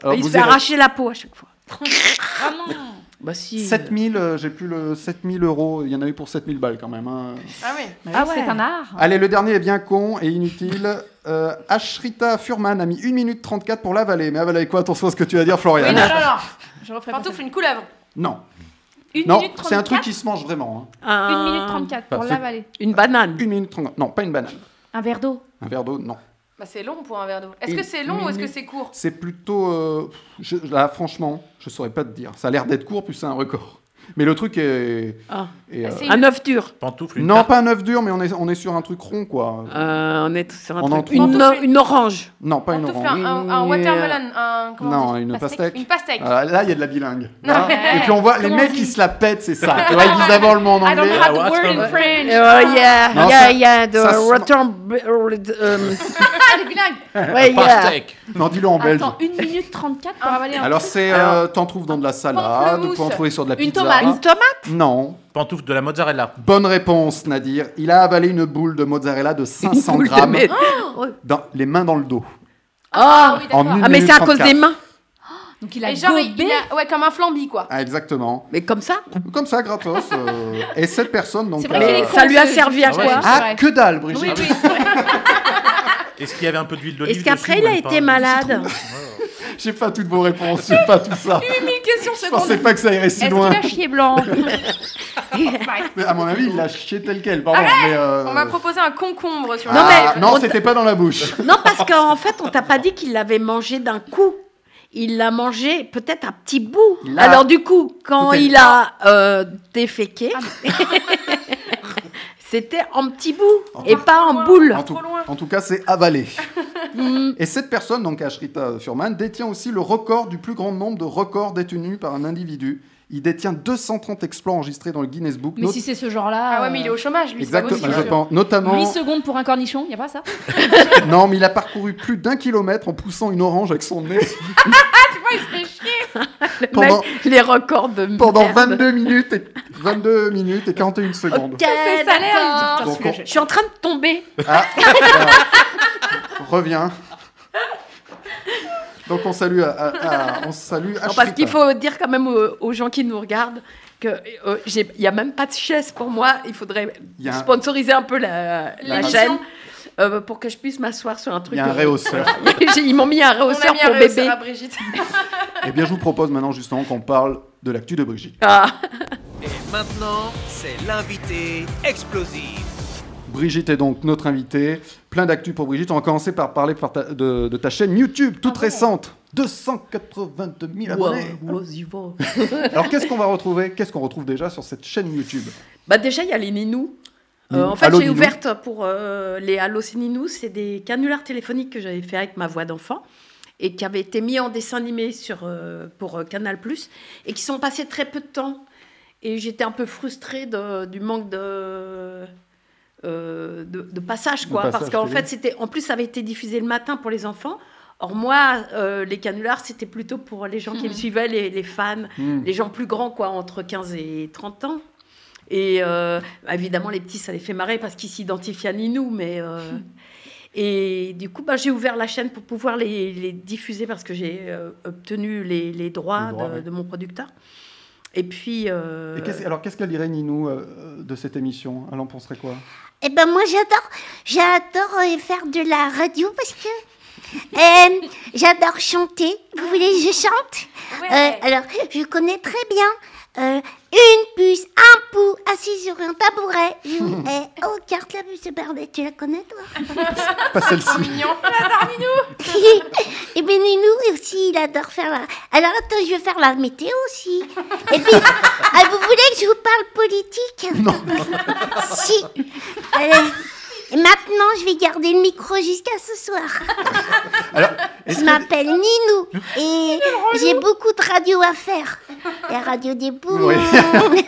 S2: alors,
S5: il se
S2: vous
S5: fait
S2: irez-
S5: arracher la peau à chaque fois.
S6: Ah non
S5: Bah si.
S2: 7000, euh, j'ai plus le 7000 euros. Il y en a eu pour 7000 balles quand même. hein.
S3: Ah oui.
S6: Ah ouais. C'est un art.
S2: Allez, le dernier est bien con et inutile. Euh, Ashrita Furman a mis 1 minute 34 pour l'avaler. Mais avaler quoi Attention à ce que tu vas dire, Florian.
S3: Oui, non, non, non.
S6: Je referai pas
S3: Pantoufles, une couleuvre.
S2: Non.
S6: Une
S2: non,
S6: minute
S2: c'est un truc
S6: 34.
S2: qui se mange vraiment. hein.
S5: Un-
S6: 1 minute 34 pour
S2: Parce-
S6: l'avaler.
S5: Une banane.
S2: Une minute 34. Non, pas une banane.
S6: Un verre d'eau.
S2: Un verre d'eau, non.
S3: Bah, c'est long pour un verre d'eau. Est-ce
S2: Une
S3: que c'est long ou est-ce que
S2: minute.
S3: c'est court
S2: C'est plutôt. euh, je- là, franchement, je saurais pas te dire. Ça a l'air d'être court, puis c'est un record. Mais le truc est.
S5: Ah.
S2: est,
S3: Ah,
S2: euh,
S3: c'est
S5: Un œuf dur.
S9: Pantoufles, une
S2: non,
S9: tarte.
S2: pas un œuf dur, mais on est, on est sur un truc rond, quoi.
S5: Euh, on est sur un
S2: On en
S5: truc. Une,
S3: trouve.
S5: une orange.
S2: Non, pas une
S3: Pantoufles,
S2: orange.
S3: un, un- un watermelon. Un, comment on
S2: Non,
S3: dit
S2: une pastèque.
S3: Une pastèque.
S2: Ah, là, il y a de la bilingue.
S3: Non,
S2: Hein
S3: mais-
S2: Et puis on voit les
S3: Comment
S2: mecs
S3: on
S2: qui
S3: dit
S2: se la pètent, c'est ça. Tu vois, ils disent d'abord le mot en
S6: I don't
S2: anglais.
S6: have
S9: Ah,
S6: the word in
S9: ouais.
S3: Oh,
S6: French.
S5: Euh, yeah,
S2: Non,
S5: yeah,
S2: ça-
S5: yeah, the
S2: ça se-
S5: rotten b- euh,
S2: <laughs>
S3: Ah, les bilingues.
S5: ouais, yeah.
S9: Pastèque.
S2: Non, dis-le en belge.
S6: Attends, 1 minute 34
S3: Ah,
S6: pour avaler un
S2: Alors, c'est. euh, T'en trouves dans de la salade, tu peux en trouver sur de la
S6: Une
S2: pizza.
S6: tomate.
S5: Une tomate
S2: Non.
S9: Pantoufles de la mozzarella.
S2: Bonne réponse, Nadir. Il a avalé une boule de mozzarella de 500
S5: Boule de
S2: grammes,
S5: merde.
S2: dans, les mains dans le dos.
S5: Ah,
S3: oui,
S2: En
S3: d'accord.
S2: une
S5: Ah, mais c'est à cause
S2: 34.
S5: des mains.
S6: Donc il a
S3: Et genre, il-
S6: gobé.
S3: il a- ouais, comme un flambi, quoi.
S2: Ah, exactement.
S5: Mais comme ça euh,
S2: Comme ça, gratos. euh, Et cette personne, donc. euh,
S6: C'est vrai qu'il est
S5: Ça lui a servi à
S9: Ah ouais,
S5: quoi
S9: c'est
S6: ça.
S2: Ah, que dalle, Brigitte.
S6: Oui, oui.
S9: Est-ce qu'il y avait un peu d'huile d'olive
S5: Est-ce qu'après il
S9: dessus ou
S5: a
S9: même
S5: été
S9: pas
S5: malade
S2: J'ai pas toutes vos réponses, j'ai pas tout ça.
S3: 1000 questions
S2: Je pensais
S3: secondes.
S2: pas que ça irait si
S6: Est-ce
S2: loin.
S6: qu'il a chié
S2: <laughs>
S6: blanc
S2: Mais à mon avis, il l'a chié tel quel, pardon. mais, euh,
S3: Bah, On m'a proposé un concombre sur
S5: Non,
S3: la-
S2: ah,
S5: mais-
S2: non,
S5: on-
S2: c'était pas dans la bouche.
S5: Non, parce qu'en fait, on t'a pas dit qu'il l'avait mangé d'un coup. Il l'a mangé peut-être à petits bouts.
S2: Il l'a-
S5: Alors du coup, quand
S2: Écoutez.
S5: il a euh, déféqué,
S2: Ah
S5: <laughs> c'était en petits bouts
S2: En
S5: et
S2: tout-
S5: pas en boule. Mm,
S2: En tout, en tout cas, c'est avalé. Et cette personne, donc Ashrita Furman, détient aussi le record du plus grand nombre de records détenus par un individu. Il détient 230 exploits enregistrés dans le Guinness Book.
S6: Mais
S2: not-
S6: si c'est ce genre-là.
S3: Ah ouais, mais il est au chômage, lui. c'est pas
S2: Exactement, je
S3: possible.
S2: pense.
S6: 8
S2: Notamment,
S6: secondes pour un cornichon, y a pas ça
S2: non, mais il a parcouru plus d'un kilomètre en poussant une orange avec son nez
S3: Ah, Tu vois, il se fait chier.
S5: Le mec,
S2: pendant-
S5: les records de
S2: pendant
S5: merde.
S2: 22 minutes et 22 minutes et 41 secondes.
S5: Ok, d'accord.
S2: Donc, on-
S5: Je suis en train de tomber.
S2: Ah, voilà. Reviens. Donc on salue, à, à- à- on salue
S5: Non,
S2: Ashrita.
S5: parce qu'il faut dire quand même aux, aux gens qui nous regardent que euh, j'ai- il n'y a même pas de chaise pour moi. Il faudrait
S2: Il y a un-
S5: sponsoriser un peu la, la
S2: L'émission.
S5: chaîne euh, pour que je puisse m'asseoir sur un truc.
S2: Il y a un réhausseur.
S5: <laughs> J'ai- Ils m'ont mis un
S3: On a
S5: rehausseur
S3: mis un
S5: pour
S3: réhausseur
S5: bébé.
S3: à Ah, Brigitte.
S2: Eh bien, je vous propose maintenant justement qu'on parle de l'actu de Brigitte.
S5: Ah.
S1: Et maintenant, c'est l'invité explosif.
S2: Brigitte est donc notre invitée. Plein d'actu pour Brigitte. On va commencer par parler par ta- de, de ta chaîne YouTube, toute récente. 282 000
S5: Ah Wow,
S2: abonnés.
S5: vas-y, va.
S2: Alors qu'est-ce qu'on va retrouver Qu'est-ce qu'on retrouve déjà sur cette chaîne YouTube
S5: Bah déjà, il y a les ninous. Euh,
S2: Ninou.
S5: en fait,
S2: Allô,
S5: j'ai
S2: Ninou.
S5: ouverte pour euh, les Allo c'est Ninou. C'est des canulars téléphoniques que j'avais fait avec ma voix d'enfant et qui avaient été mis en dessin animé sur, euh, pour euh, Canal+, et qui sont passés très peu de temps. Et j'étais un peu frustrée de- du manque de, euh, de, de passage,
S2: De
S5: quoi. parce
S2: passage
S5: qu'en
S2: télé.
S5: fait, c'était, en plus, ça avait été diffusé le matin pour les enfants. Or, moi, euh, les canulars, c'était plutôt pour les gens
S2: Mm-hmm.
S5: qui me suivaient, les, les fans,
S2: Hmm.
S5: les gens plus grands, quoi, entre 15 et 30 ans. bah, Et euh, évidemment, les petits, ça les fait marrer parce qu'ils s'identifiaient à Ninou, mais... euh, Et du coup, bah, j'ai ouvert la chaîne pour pouvoir les, les diffuser parce que j'ai euh, obtenu les, les droits,
S2: Les droits,
S5: de,
S2: ouais.
S5: de mon producteur. Et puis. euh,
S2: Et qu'est-ce- alors, qu'est-ce qu'elle dirait, Ninou, euh, de cette émission Elle en penserait quoi
S8: Eh ben moi j'adore, j'adore euh, faire de la radio parce que euh, j'adore chanter. Vous voulez que je chante
S5: Eh,
S8: Euh, Alors je connais très bien euh, une puce, un pou, assis sur un tabouret. <laughs> Joue, eh, oh carte la puce Bernadette, tu la connais toi
S2: Pas celle-ci.
S5: <laughs>
S8: Et ben Ninou aussi, il adore faire la. Alors attends, je vais faire la météo aussi. Et
S2: <laughs>
S8: puis, ah, vous voulez que je vous parle politique Non. <laughs> si. Allez. Et maintenant, je vais garder le micro jusqu'à ce soir. je m'appelle Ninou et j'ai beaucoup de radios à faire. La radio des poules.
S2: Oui.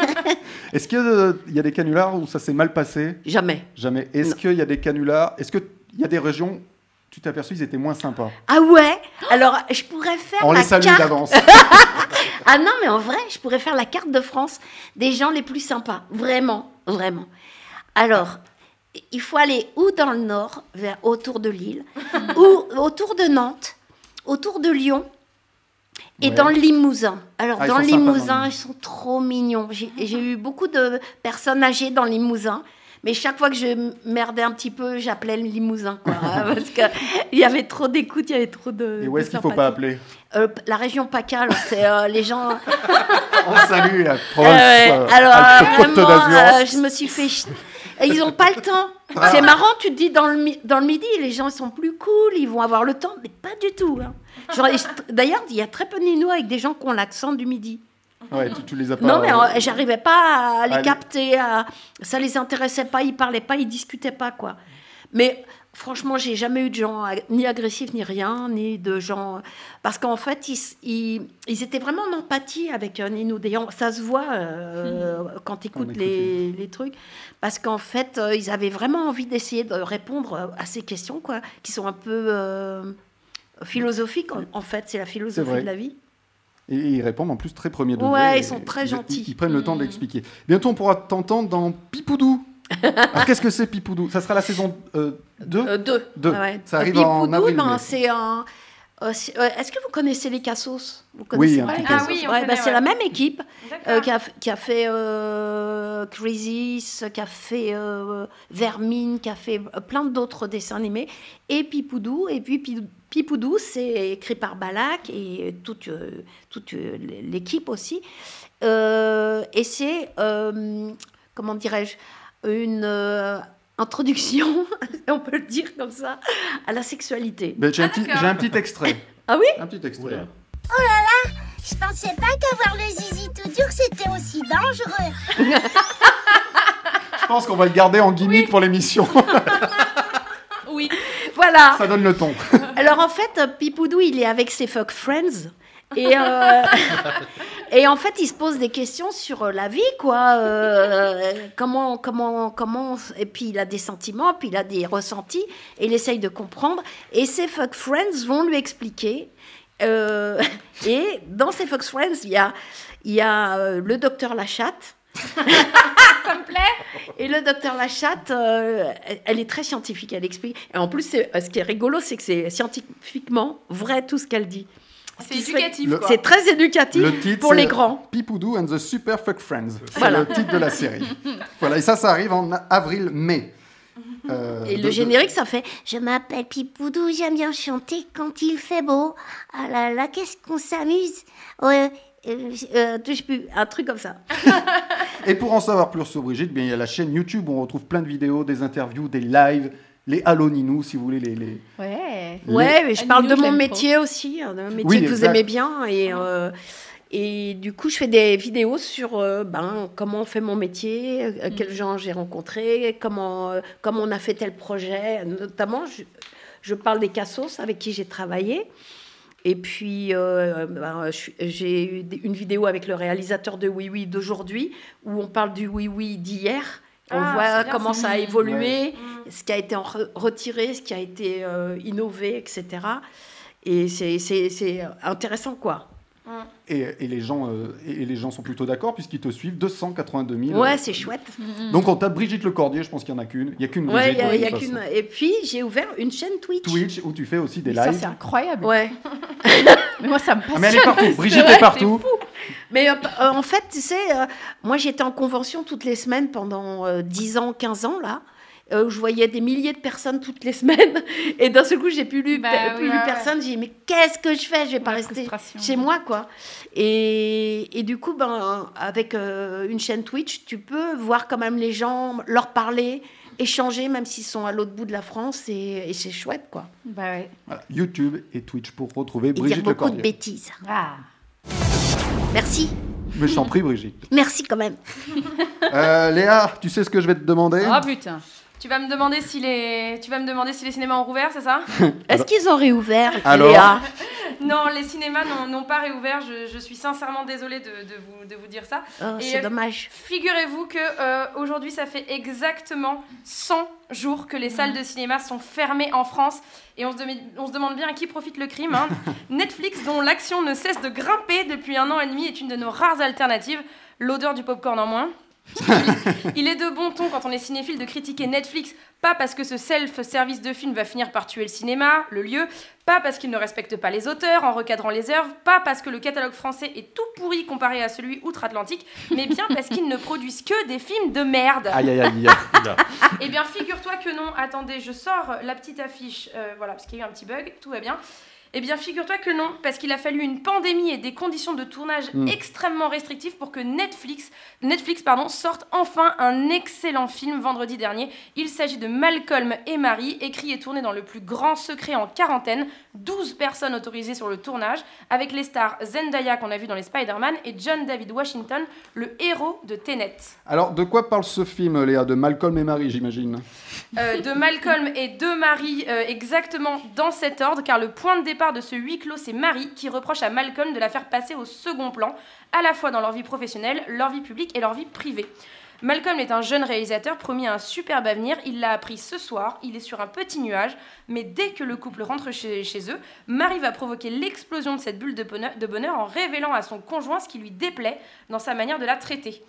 S2: Est-ce qu'il y, a de- il y a des canulars où ça s'est mal passé
S5: <laughs> Jamais.
S2: Jamais. Est-ce qu'il y a des canulars Est-ce qu'il y a des régions tu t'es aperçu, ils étaient moins sympas.
S5: Ah ouais Alors, je pourrais faire
S2: On
S5: la
S2: les salue
S5: carte. <laughs>
S2: d'avance.
S5: ah non, mais en vrai, je pourrais faire la carte de France des gens les plus sympas. Vraiment, vraiment. Alors, il faut aller ou dans le nord, vers, autour de Lille, ou autour de Nantes, autour de Lyon, et
S8: Ouais.
S5: dans le Limousin. Alors,
S8: Ah, ils
S5: dans le
S8: sont sympas, dans le
S5: Limousin,
S8: Limousin.
S5: ils sont trop mignons. J'ai j'ai eu beaucoup de personnes âgées dans le Limousin. Mais chaque fois que je merdais un petit peu, j'appelais le Limousin,
S8: <laughs>
S5: quoi, hein, parce qu'il y avait trop d'écoute, il y avait trop de.
S2: Et où
S5: de
S2: est-ce qu'il faut pas
S5: sympathie.
S2: appeler
S5: Euh, la région PACA, alors, c'est euh, les gens.
S2: On salue la
S5: Euh,
S2: province.
S5: <laughs> ouais.
S2: euh,
S5: alors,
S2: avec
S5: euh,
S2: Côte
S5: vraiment,
S2: d'Azur.
S5: euh, je me suis fait. ch- Et Ils n'ont pas le temps. C'est marrant, tu te dis dans le, mi- dans le midi, les gens ils sont plus cool, ils vont avoir le temps, mais pas du tout. hein. Genre, ils- D'ailleurs, il y a très peu de Ninois avec des gens qui ont l'accent du midi.
S2: Ouais, tu, tu les as pas.
S5: Non, mais euh, j'arrivais pas à les
S2: Allez.
S5: capter, à- ça les intéressait pas, ils parlaient pas, ils discutaient pas, quoi. Mais franchement, j'ai jamais eu de gens ag- ni agressifs, ni rien, ni de gens. Parce qu'en fait, ils, s- ils, ils étaient vraiment en empathie avec euh, Ninou. D'ailleurs, ça se voit euh, quand tu écoutes les, les trucs. Parce qu'en fait, euh, ils avaient vraiment envie d'essayer de répondre euh, à ces questions, quoi, qui sont un peu euh, philosophiques, en, en fait. C'est la
S2: vrai.
S5: philosophie de la vie.
S2: Et ils répondent en plus très premier degré.
S5: Ouais,
S2: Et
S5: ils sont très
S2: ils-
S5: gentils. Mm.
S2: Ils, prennent le temps de l'expliquer. Bientôt, on pourra t'entendre dans
S5: <laughs>
S2: Pipoudou. Alors, qu'est-ce que c'est Pipoudou Ça sera la saison euh, 2
S5: 2. Ah ouais.
S2: Ça arrive
S5: Et puis,
S2: en
S5: Poudou,
S2: avril.
S5: ben,
S2: mai.
S5: c'est un. euh, c'est- euh, Est-ce que vous connaissez les Cassos Vous connaissez
S2: un
S5: pas
S2: petit
S5: les
S2: peu.
S5: Cassos
S2: Ah oui, on
S5: Ouais,
S2: connaît,
S5: ben, C'est
S2: ouais.
S5: la même équipe
S3: Ah.
S5: euh, qui, a, qui a fait euh, Crisis, qui a fait euh, Vermine, qui a fait euh, plein d'autres dessins animés. Et Pipoudou. Et puis Pi- Pipoudou, c'est écrit par Balak et toute, euh, toute euh, l'équipe aussi. Euh, et c'est, euh, comment dirais-je, une euh, introduction, <laughs> on peut le dire comme ça, à la sexualité.
S2: Ben, j'ai, un petit, j'ai un petit extrait.
S5: <laughs> Ah oui
S2: Un petit extrait.
S8: Oh là là Je pensais pas qu'avoir le zizi tout dur c'était aussi dangereux.
S2: Je pense qu'on va le garder en gimmick pour
S5: <laughs>
S2: l'émission.
S5: Oui. Voilà.
S2: ça donne le ton.
S5: Alors en fait, euh, Pipoudou, il est avec ses fuck friends. Et, euh, et en fait, il se pose des questions sur euh, la vie, quoi. euh, comment, comment, comment. Et puis il a des sentiments, puis il a des ressentis, et il essaye de comprendre. Et ses fuck friends vont lui expliquer. Euh, <laughs> et dans ses fuck friends, il y a, il y a euh, le docteur Lachatte. Et le docteur Lachatte, euh, elle- elle est très scientifique, elle explique. Et en plus, c'est- euh, ce qui est rigolo, c'est que c'est scientifiquement vrai tout ce qu'elle dit.
S3: C'est éducatif,
S2: Le- quoi.
S5: C'est très éducatif
S2: Le titre,
S5: pour les
S2: c'est
S5: grands.
S2: Pipoudou and the Super Fuck Friends. C'est
S5: Voilà.
S2: le titre de la
S5: <laughs>
S2: série. voilà, et ça, ça arrive en avril-mai. Euh,
S8: Et le
S2: de- de-
S8: générique, ça fait Je m'appelle Pipoudou, j'aime bien chanter quand il fait beau. Ah là là, qu'est-ce qu'on s'amuse. Ouais, euh, euh, touche plus, un truc comme ça.
S2: Et pour en savoir plus sur Brigitte, bien, il y a la chaîne YouTube où on retrouve plein de vidéos, des interviews, des lives, les Allo Ninou, si vous voulez. Les, les...
S5: Ouais.
S2: Les-
S5: Ouais, mais je
S6: Ah,
S5: parle
S6: Nino,
S5: de
S6: je
S5: mon
S6: l'aime
S5: métier aussi, hein, d'un métier
S2: Oui,
S5: que vous
S2: exact.
S5: aimez bien. Et, euh, et du coup, je fais des vidéos sur euh, ben, comment on fait mon métier,
S3: Mm.
S5: euh, quels gens j'ai rencontrés, comment, euh, comment on a fait tel projet. Notamment, je, je parle des cassos avec qui j'ai travaillé. Et puis, euh, ben, je suis- j'ai eu des- une vidéo avec le réalisateur de Oui Oui d'aujourd'hui, où on parle du Oui Oui d'hier. On
S3: Ah,
S5: voit
S3: c'est bien,
S5: comment
S3: ça.
S5: ça a
S3: Mm.
S5: évolué,
S3: Ouais.
S5: ce qui a été en re- retiré, ce qui a été euh, innové, etc. Et c'est- c'est c'est intéressant, quoi.
S2: Et, et les gens, euh, et et les gens sont plutôt d'accord puisqu'ils te suivent 282 000.
S5: Ouais, c'est chouette.
S2: euh, Donc on tape Brigitte Lecordier, je pense qu'il n'y en a qu'une. Il n'y a qu'une
S5: Ouais,
S2: Brigitte.
S5: il y a,
S2: de
S5: y a
S2: toute
S5: qu'une.
S2: façon.
S5: Et puis, j'ai ouvert une chaîne Twitch.
S2: Twitch où tu fais aussi des
S5: Ça,
S2: lives.
S5: c'est
S6: incroyable.
S5: Ouais. mais moi, ça me
S2: Ah, mais elle est passionne. partout.
S5: <laughs>
S2: Brigitte est partout.
S5: Mais euh, p- euh, en fait, tu sais, euh, moi, j'étais en convention toutes les semaines pendant euh, 10 ans, 15 ans, là. euh, où je voyais des milliers de personnes toutes les <laughs> semaines. Et d'un seul coup, j'ai plus lu,
S6: Bah
S5: pe-
S6: oui,
S5: plus lu
S6: ouais, ouais.
S5: personne. J'ai dit, mais qu'est-ce que je fais Je vais pas rester chez moi, quoi. Et, et du coup, ben, avec euh, une chaîne Twitch, tu peux voir quand même les gens, leur parler, échanger, même s'ils sont à l'autre bout de la France. Et, et c'est chouette, quoi.
S6: Bah ouais.
S2: Voilà, YouTube et Twitch pour retrouver
S8: Et dire
S2: Brigitte
S8: beaucoup de
S2: Lecordier.
S8: bêtises.
S6: Ah.
S8: Merci.
S2: Mais je t'en prie, Brigitte.
S8: Merci quand même.
S2: Euh, Léa, tu sais ce que je vais te demander
S5: bah.
S3: Ah putain. Tu vas me demander si les, tu vas me demander si les cinémas ont rouvert, c'est ça
S5: Est-ce qu'ils ont réouvert
S2: Ah bah. Alors
S5: Léa
S3: Non, les cinémas n'ont- n'ont pas réouvert. Je, je suis sincèrement désolée de, de vous, de vous dire ça.
S5: Oh, c'est dommage.
S3: Figurez-vous que euh, aujourd'hui, ça fait exactement 100 jours que les salles de cinéma sont fermées en France. Et on se, demi- on se demande bien à qui profite le crime. hein. Netflix, dont l'action ne cesse de grimper depuis un an et demi, est une de nos rares alternatives. L'odeur du popcorn en moins. Il est de bon ton quand on est cinéphile de critiquer Netflix, pas parce que ce self-service de film va finir par tuer le cinéma, le lieu, pas parce qu'il ne respecte pas les auteurs en recadrant les œuvres, pas parce que le catalogue français est tout pourri comparé à celui outre-Atlantique, mais bien parce qu'ils ne produisent que des films de merde.
S2: Aïe, aïe, aïe. aïe.
S3: Eh bien, figure-toi que non. Attendez, je sors la petite affiche. euh, voilà, parce qu'il y a eu un petit bug. Tout va bien. Eh bien, figure-toi que non, parce qu'il a fallu une pandémie et des conditions de tournage
S6: Mm.
S3: extrêmement restrictives pour que Netflix, Netflix pardon, sorte enfin un excellent film vendredi dernier. Il s'agit de Malcolm et Marie, écrit et tourné dans le plus grand secret en quarantaine. 12 personnes autorisées sur le tournage, avec les stars Zendaya qu'on a vu dans les Spider-Man et John David Washington, le héros de Tenet.
S2: Alors, de quoi parle ce film, Léa De Malcolm et Marie, j'imagine.
S3: Euh, de Malcolm et de Marie euh, exactement dans cet ordre, car le point de départ de ce huis clos, c'est Marie qui reproche à Malcolm de la faire passer au second plan, à la fois dans leur vie professionnelle, leur vie publique et leur vie privée. Malcolm est un jeune réalisateur promis à un superbe avenir, il l'a appris ce soir, il est sur un petit nuage, mais dès que le couple rentre chez, chez eux, Marie va provoquer l'explosion de cette bulle de bonheur- de bonheur en révélant à son conjoint ce qui lui déplaît dans sa manière de la traiter.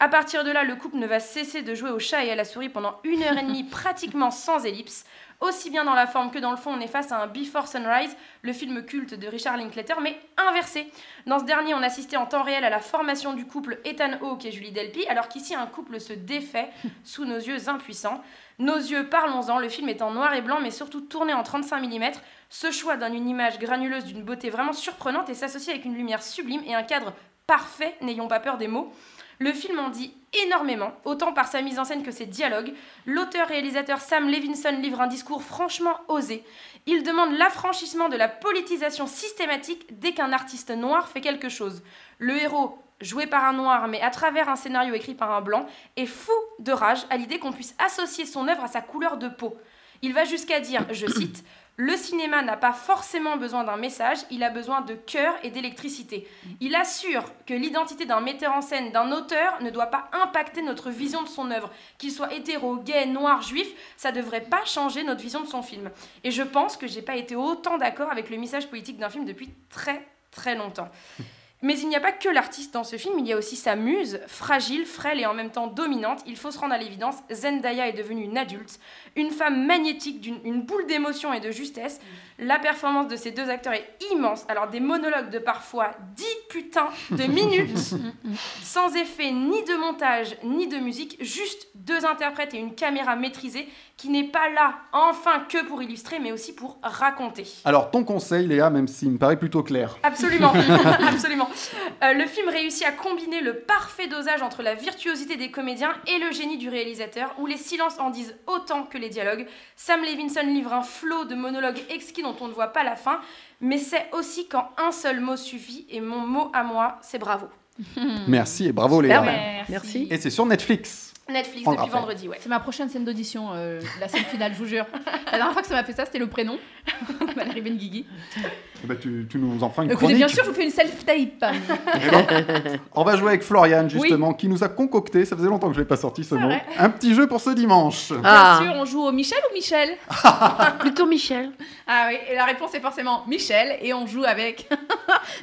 S3: À partir de là, le couple ne va cesser de jouer au chat et à la souris pendant une heure et demie, pratiquement sans ellipse. Aussi bien dans la forme que dans le fond, on est face à un Before Sunrise, le film culte de Richard Linklater, mais inversé. Dans ce dernier, on assistait en temps réel à la formation du couple Ethan Hawke et Julie Delpy, alors qu'ici, un couple se défait sous nos yeux impuissants. Nos yeux, parlons-en, le film est en noir et blanc, mais surtout tourné en 35 mm. Ce choix d'un une image granuleuse d'une beauté vraiment surprenante et s'associe avec une lumière sublime et un cadre parfait, n'ayons pas peur des mots. Le film en dit énormément, autant par sa mise en scène que ses dialogues. L'auteur-réalisateur Sam Levinson livre un discours franchement osé. Il demande l'affranchissement de la politisation systématique dès qu'un artiste noir fait quelque chose. Le héros, joué par un noir mais à travers un scénario écrit par un blanc, est fou de rage à l'idée qu'on puisse associer son œuvre à sa couleur de peau. Il va jusqu'à dire, je cite, Le cinéma n'a pas forcément besoin d'un message, il a besoin de cœur et d'électricité. Il assure que l'identité d'un metteur en scène, d'un auteur, ne doit pas impacter notre vision de son œuvre. Qu'il soit hétéro, gay, noir, juif, ça devrait pas changer notre vision de son film. Et je pense que j'ai pas été autant d'accord avec le message politique d'un film depuis très très longtemps. Mais il n'y a pas que l'artiste dans ce film, il y a aussi sa muse, fragile, frêle et en même temps dominante. Il faut se rendre à l'évidence, Zendaya est devenue une adulte, une femme magnétique, d'une une boule d'émotion et de justesse. La performance de ces deux acteurs est immense. Alors des monologues de parfois 10 putains de minutes, sans effet ni de montage ni de musique, juste deux interprètes et une caméra maîtrisée qui n'est pas là enfin que pour illustrer mais aussi pour raconter.
S2: Alors, ton conseil, Léa, même s'il me paraît plutôt clair.
S7: <laughs>
S3: Absolument, absolument. Euh, le film réussit à combiner le parfait dosage entre la virtuosité des comédiens et le génie du réalisateur, où les silences en disent autant que les dialogues. Sam Levinson livre un flot de monologues exquis dont on ne voit pas la fin, mais c'est aussi quand un seul mot suffit, et mon mot à moi, c'est bravo.
S5: Hmm.
S2: Merci et bravo, Léa.
S3: Super, merci. Merci.
S2: Et c'est sur Netflix.
S3: Netflix
S2: On le
S3: depuis
S2: rappelle.
S3: vendredi, ouais.
S6: C'est ma prochaine scène d'audition, euh, la scène finale, je vous jure. La dernière fois que ça m'a fait ça, c'était le prénom. <laughs> Valérie Benguigui.
S2: Eh ben, tu, tu nous en feras une
S6: Écoutez,
S2: chronique.
S6: bien sûr, je vous fais une self-tape.
S2: Eh ben, on va jouer avec Florian, justement, qui nous a concocté, ça faisait longtemps que je l'ai pas sorti ce mot,
S6: vrai.
S2: un petit jeu pour ce dimanche.
S7: Ah,
S3: Ah.
S6: Bien sûr, on joue au Michel ou Michel
S7: <laughs>
S6: Plutôt Michel. Ah oui, et la réponse est forcément Michel, et on joue avec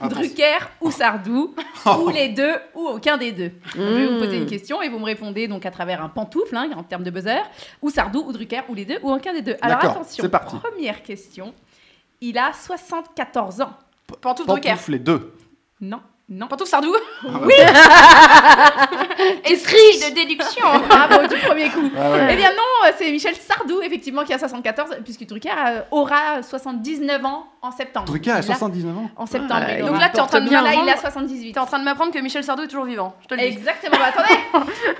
S2: Attention.
S7: Drucker ou Sardou, ou les deux, ou aucun des deux. Je vais vous poser une question et vous me répondez donc à travers un pantoufle, hein, en termes de buzzer, ou Sardou, ou Drucker, ou les deux, ou aucun des deux. Alors
S2: D'accord,
S7: attention,
S2: c'est parti.
S7: première question. Il a 74 ans.
S2: Pantoufles
S7: Pantoufle Drucker
S2: les
S7: <laughs>
S2: deux.
S7: Non, non. Pantoufle Sardou
S2: bah.
S7: Oui
S3: Et triche de
S7: <laughs>
S3: déduction
S7: <laughs> Bravo du premier coup
S2: Ah ouais.
S7: Eh bien non, c'est Michel Sardou, effectivement, qui a 74, puisque Drucker euh, aura 79 ans en septembre.
S2: Drucker a
S7: Il a-
S2: 79 ans.
S7: En septembre.
S2: Ouais,
S7: oui.
S2: il
S7: donc là, tu es en train de
S3: bien
S7: m'apprendre-
S3: rendre-
S7: il a 78. Tu es en train de m'apprendre que Michel Sardou est toujours vivant. Je te le dis. Exactement. Bah, attendez,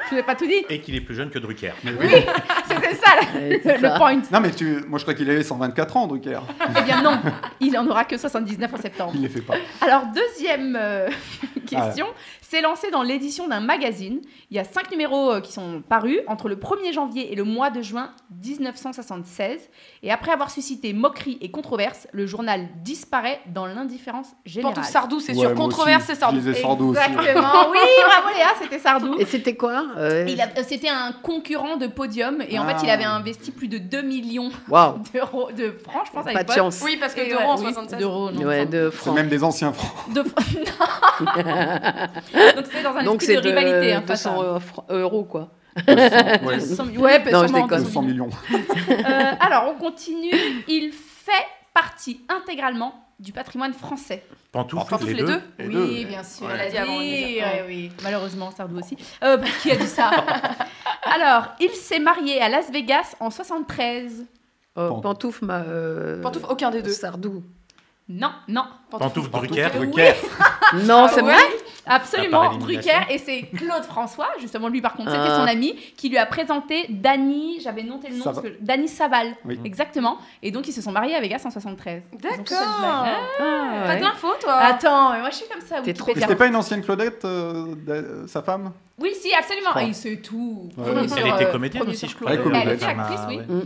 S7: je n'ai pas tout dit.
S9: Et qu'il est plus jeune que Drucker.
S7: C'était ça, là, le point.
S2: Non, mais tu... moi je crois qu'il avait 124 ans, Drucker.
S7: Eh bien non, il en aura que 79 en septembre.
S2: Il les fait pas.
S7: Alors, deuxième euh, <laughs> question. C'est lancé dans l'édition d'un magazine. Il y a cinq numéros euh, qui sont parus entre le 1er janvier et le mois de juin 1976. Et après avoir suscité moqueries et controverses, le journal disparaît dans l'indifférence générale.
S3: Pantoufle Sardou, c'est
S2: Ouais, sûr. moi Controverse, aussi, c'est Sardou. je disais Sardou aussi.
S7: Exactement. Oui, bravo Léa, c'était Sardou.
S5: Et c'était quoi euh,
S7: Il a- euh, C'était un concurrent de podium et en
S5: Ah.
S7: fait il avait investi plus de 2 millions
S5: Waouh.
S7: d'euros de francs, je pense, à
S5: Pas de
S7: l'époque.
S5: chance.
S3: Oui, parce que
S7: Et
S3: d'euros
S7: ouais,
S3: en
S7: oui,
S3: 76.
S7: d'euros, non,
S5: Ouais, de
S2: C'est
S5: francs.
S2: même des anciens
S7: <laughs>
S2: francs.
S7: De... Donc c'est dans un
S5: Donc
S7: esprit
S5: c'est
S7: de, rivalité. hein,
S5: 200
S7: face à-
S5: euros, fr- euros, quoi.
S7: 200 000, ouais,
S5: non, je
S7: sûrement,
S5: déconne.
S7: 200
S2: millions.
S7: Euh, alors on continue. Il fait partie intégralement du patrimoine français.
S9: Pantoufles,
S7: Pantoufles,
S9: les deux.
S7: Oui, bien sûr.
S9: Ouais.
S7: elle a dit avant de
S3: Ouais.
S7: dire. Ouais, oui. Malheureusement, Sardou aussi. Euh, <laughs> bah, qui a dit ça Alors, il s'est marié à Las Vegas en 73.
S5: Euh, pantoufle, ma, euh,
S7: Pantoufle, aucun des deux.
S5: Sardou.
S7: Non, non.
S9: Pantoufle, Drucker.
S7: Oui.
S3: Ah
S5: non, c'est
S7: Ouais,
S5: vrai.
S9: À
S7: Absolument,
S9: part
S7: Drucker. Et c'est Claude François, justement, lui par contre, c'était
S5: Ah.
S7: son ami, qui lui a présenté Dany, j'avais noté le nom,
S5: Saval.
S7: parce que- Dany Saval.
S5: Oui.
S7: Exactement. Et donc, ils se sont mariés à Vegas en 73. Ils ont fait cette
S3: D'accord.
S7: blague. Ah,
S3: Pas
S7: ouais.
S3: de l'info, toi
S7: Attends, mais moi je suis comme ça.
S2: Et
S7: Wikipédia.
S2: C'était pas une ancienne Claudette, euh, d'a- euh, sa femme
S7: Oui, si, absolument.
S2: Je
S7: Et
S2: crois.
S7: c'est tout.
S2: Ouais.
S7: Premier
S2: Elle
S7: sur,
S2: était
S7: euh,
S2: comédienne
S7: premier
S2: aussi,
S7: sur
S2: je crois.
S7: Claude.
S2: Ouais,
S7: Elle était
S2: comédienne.
S7: actrice, oui.
S2: Mm.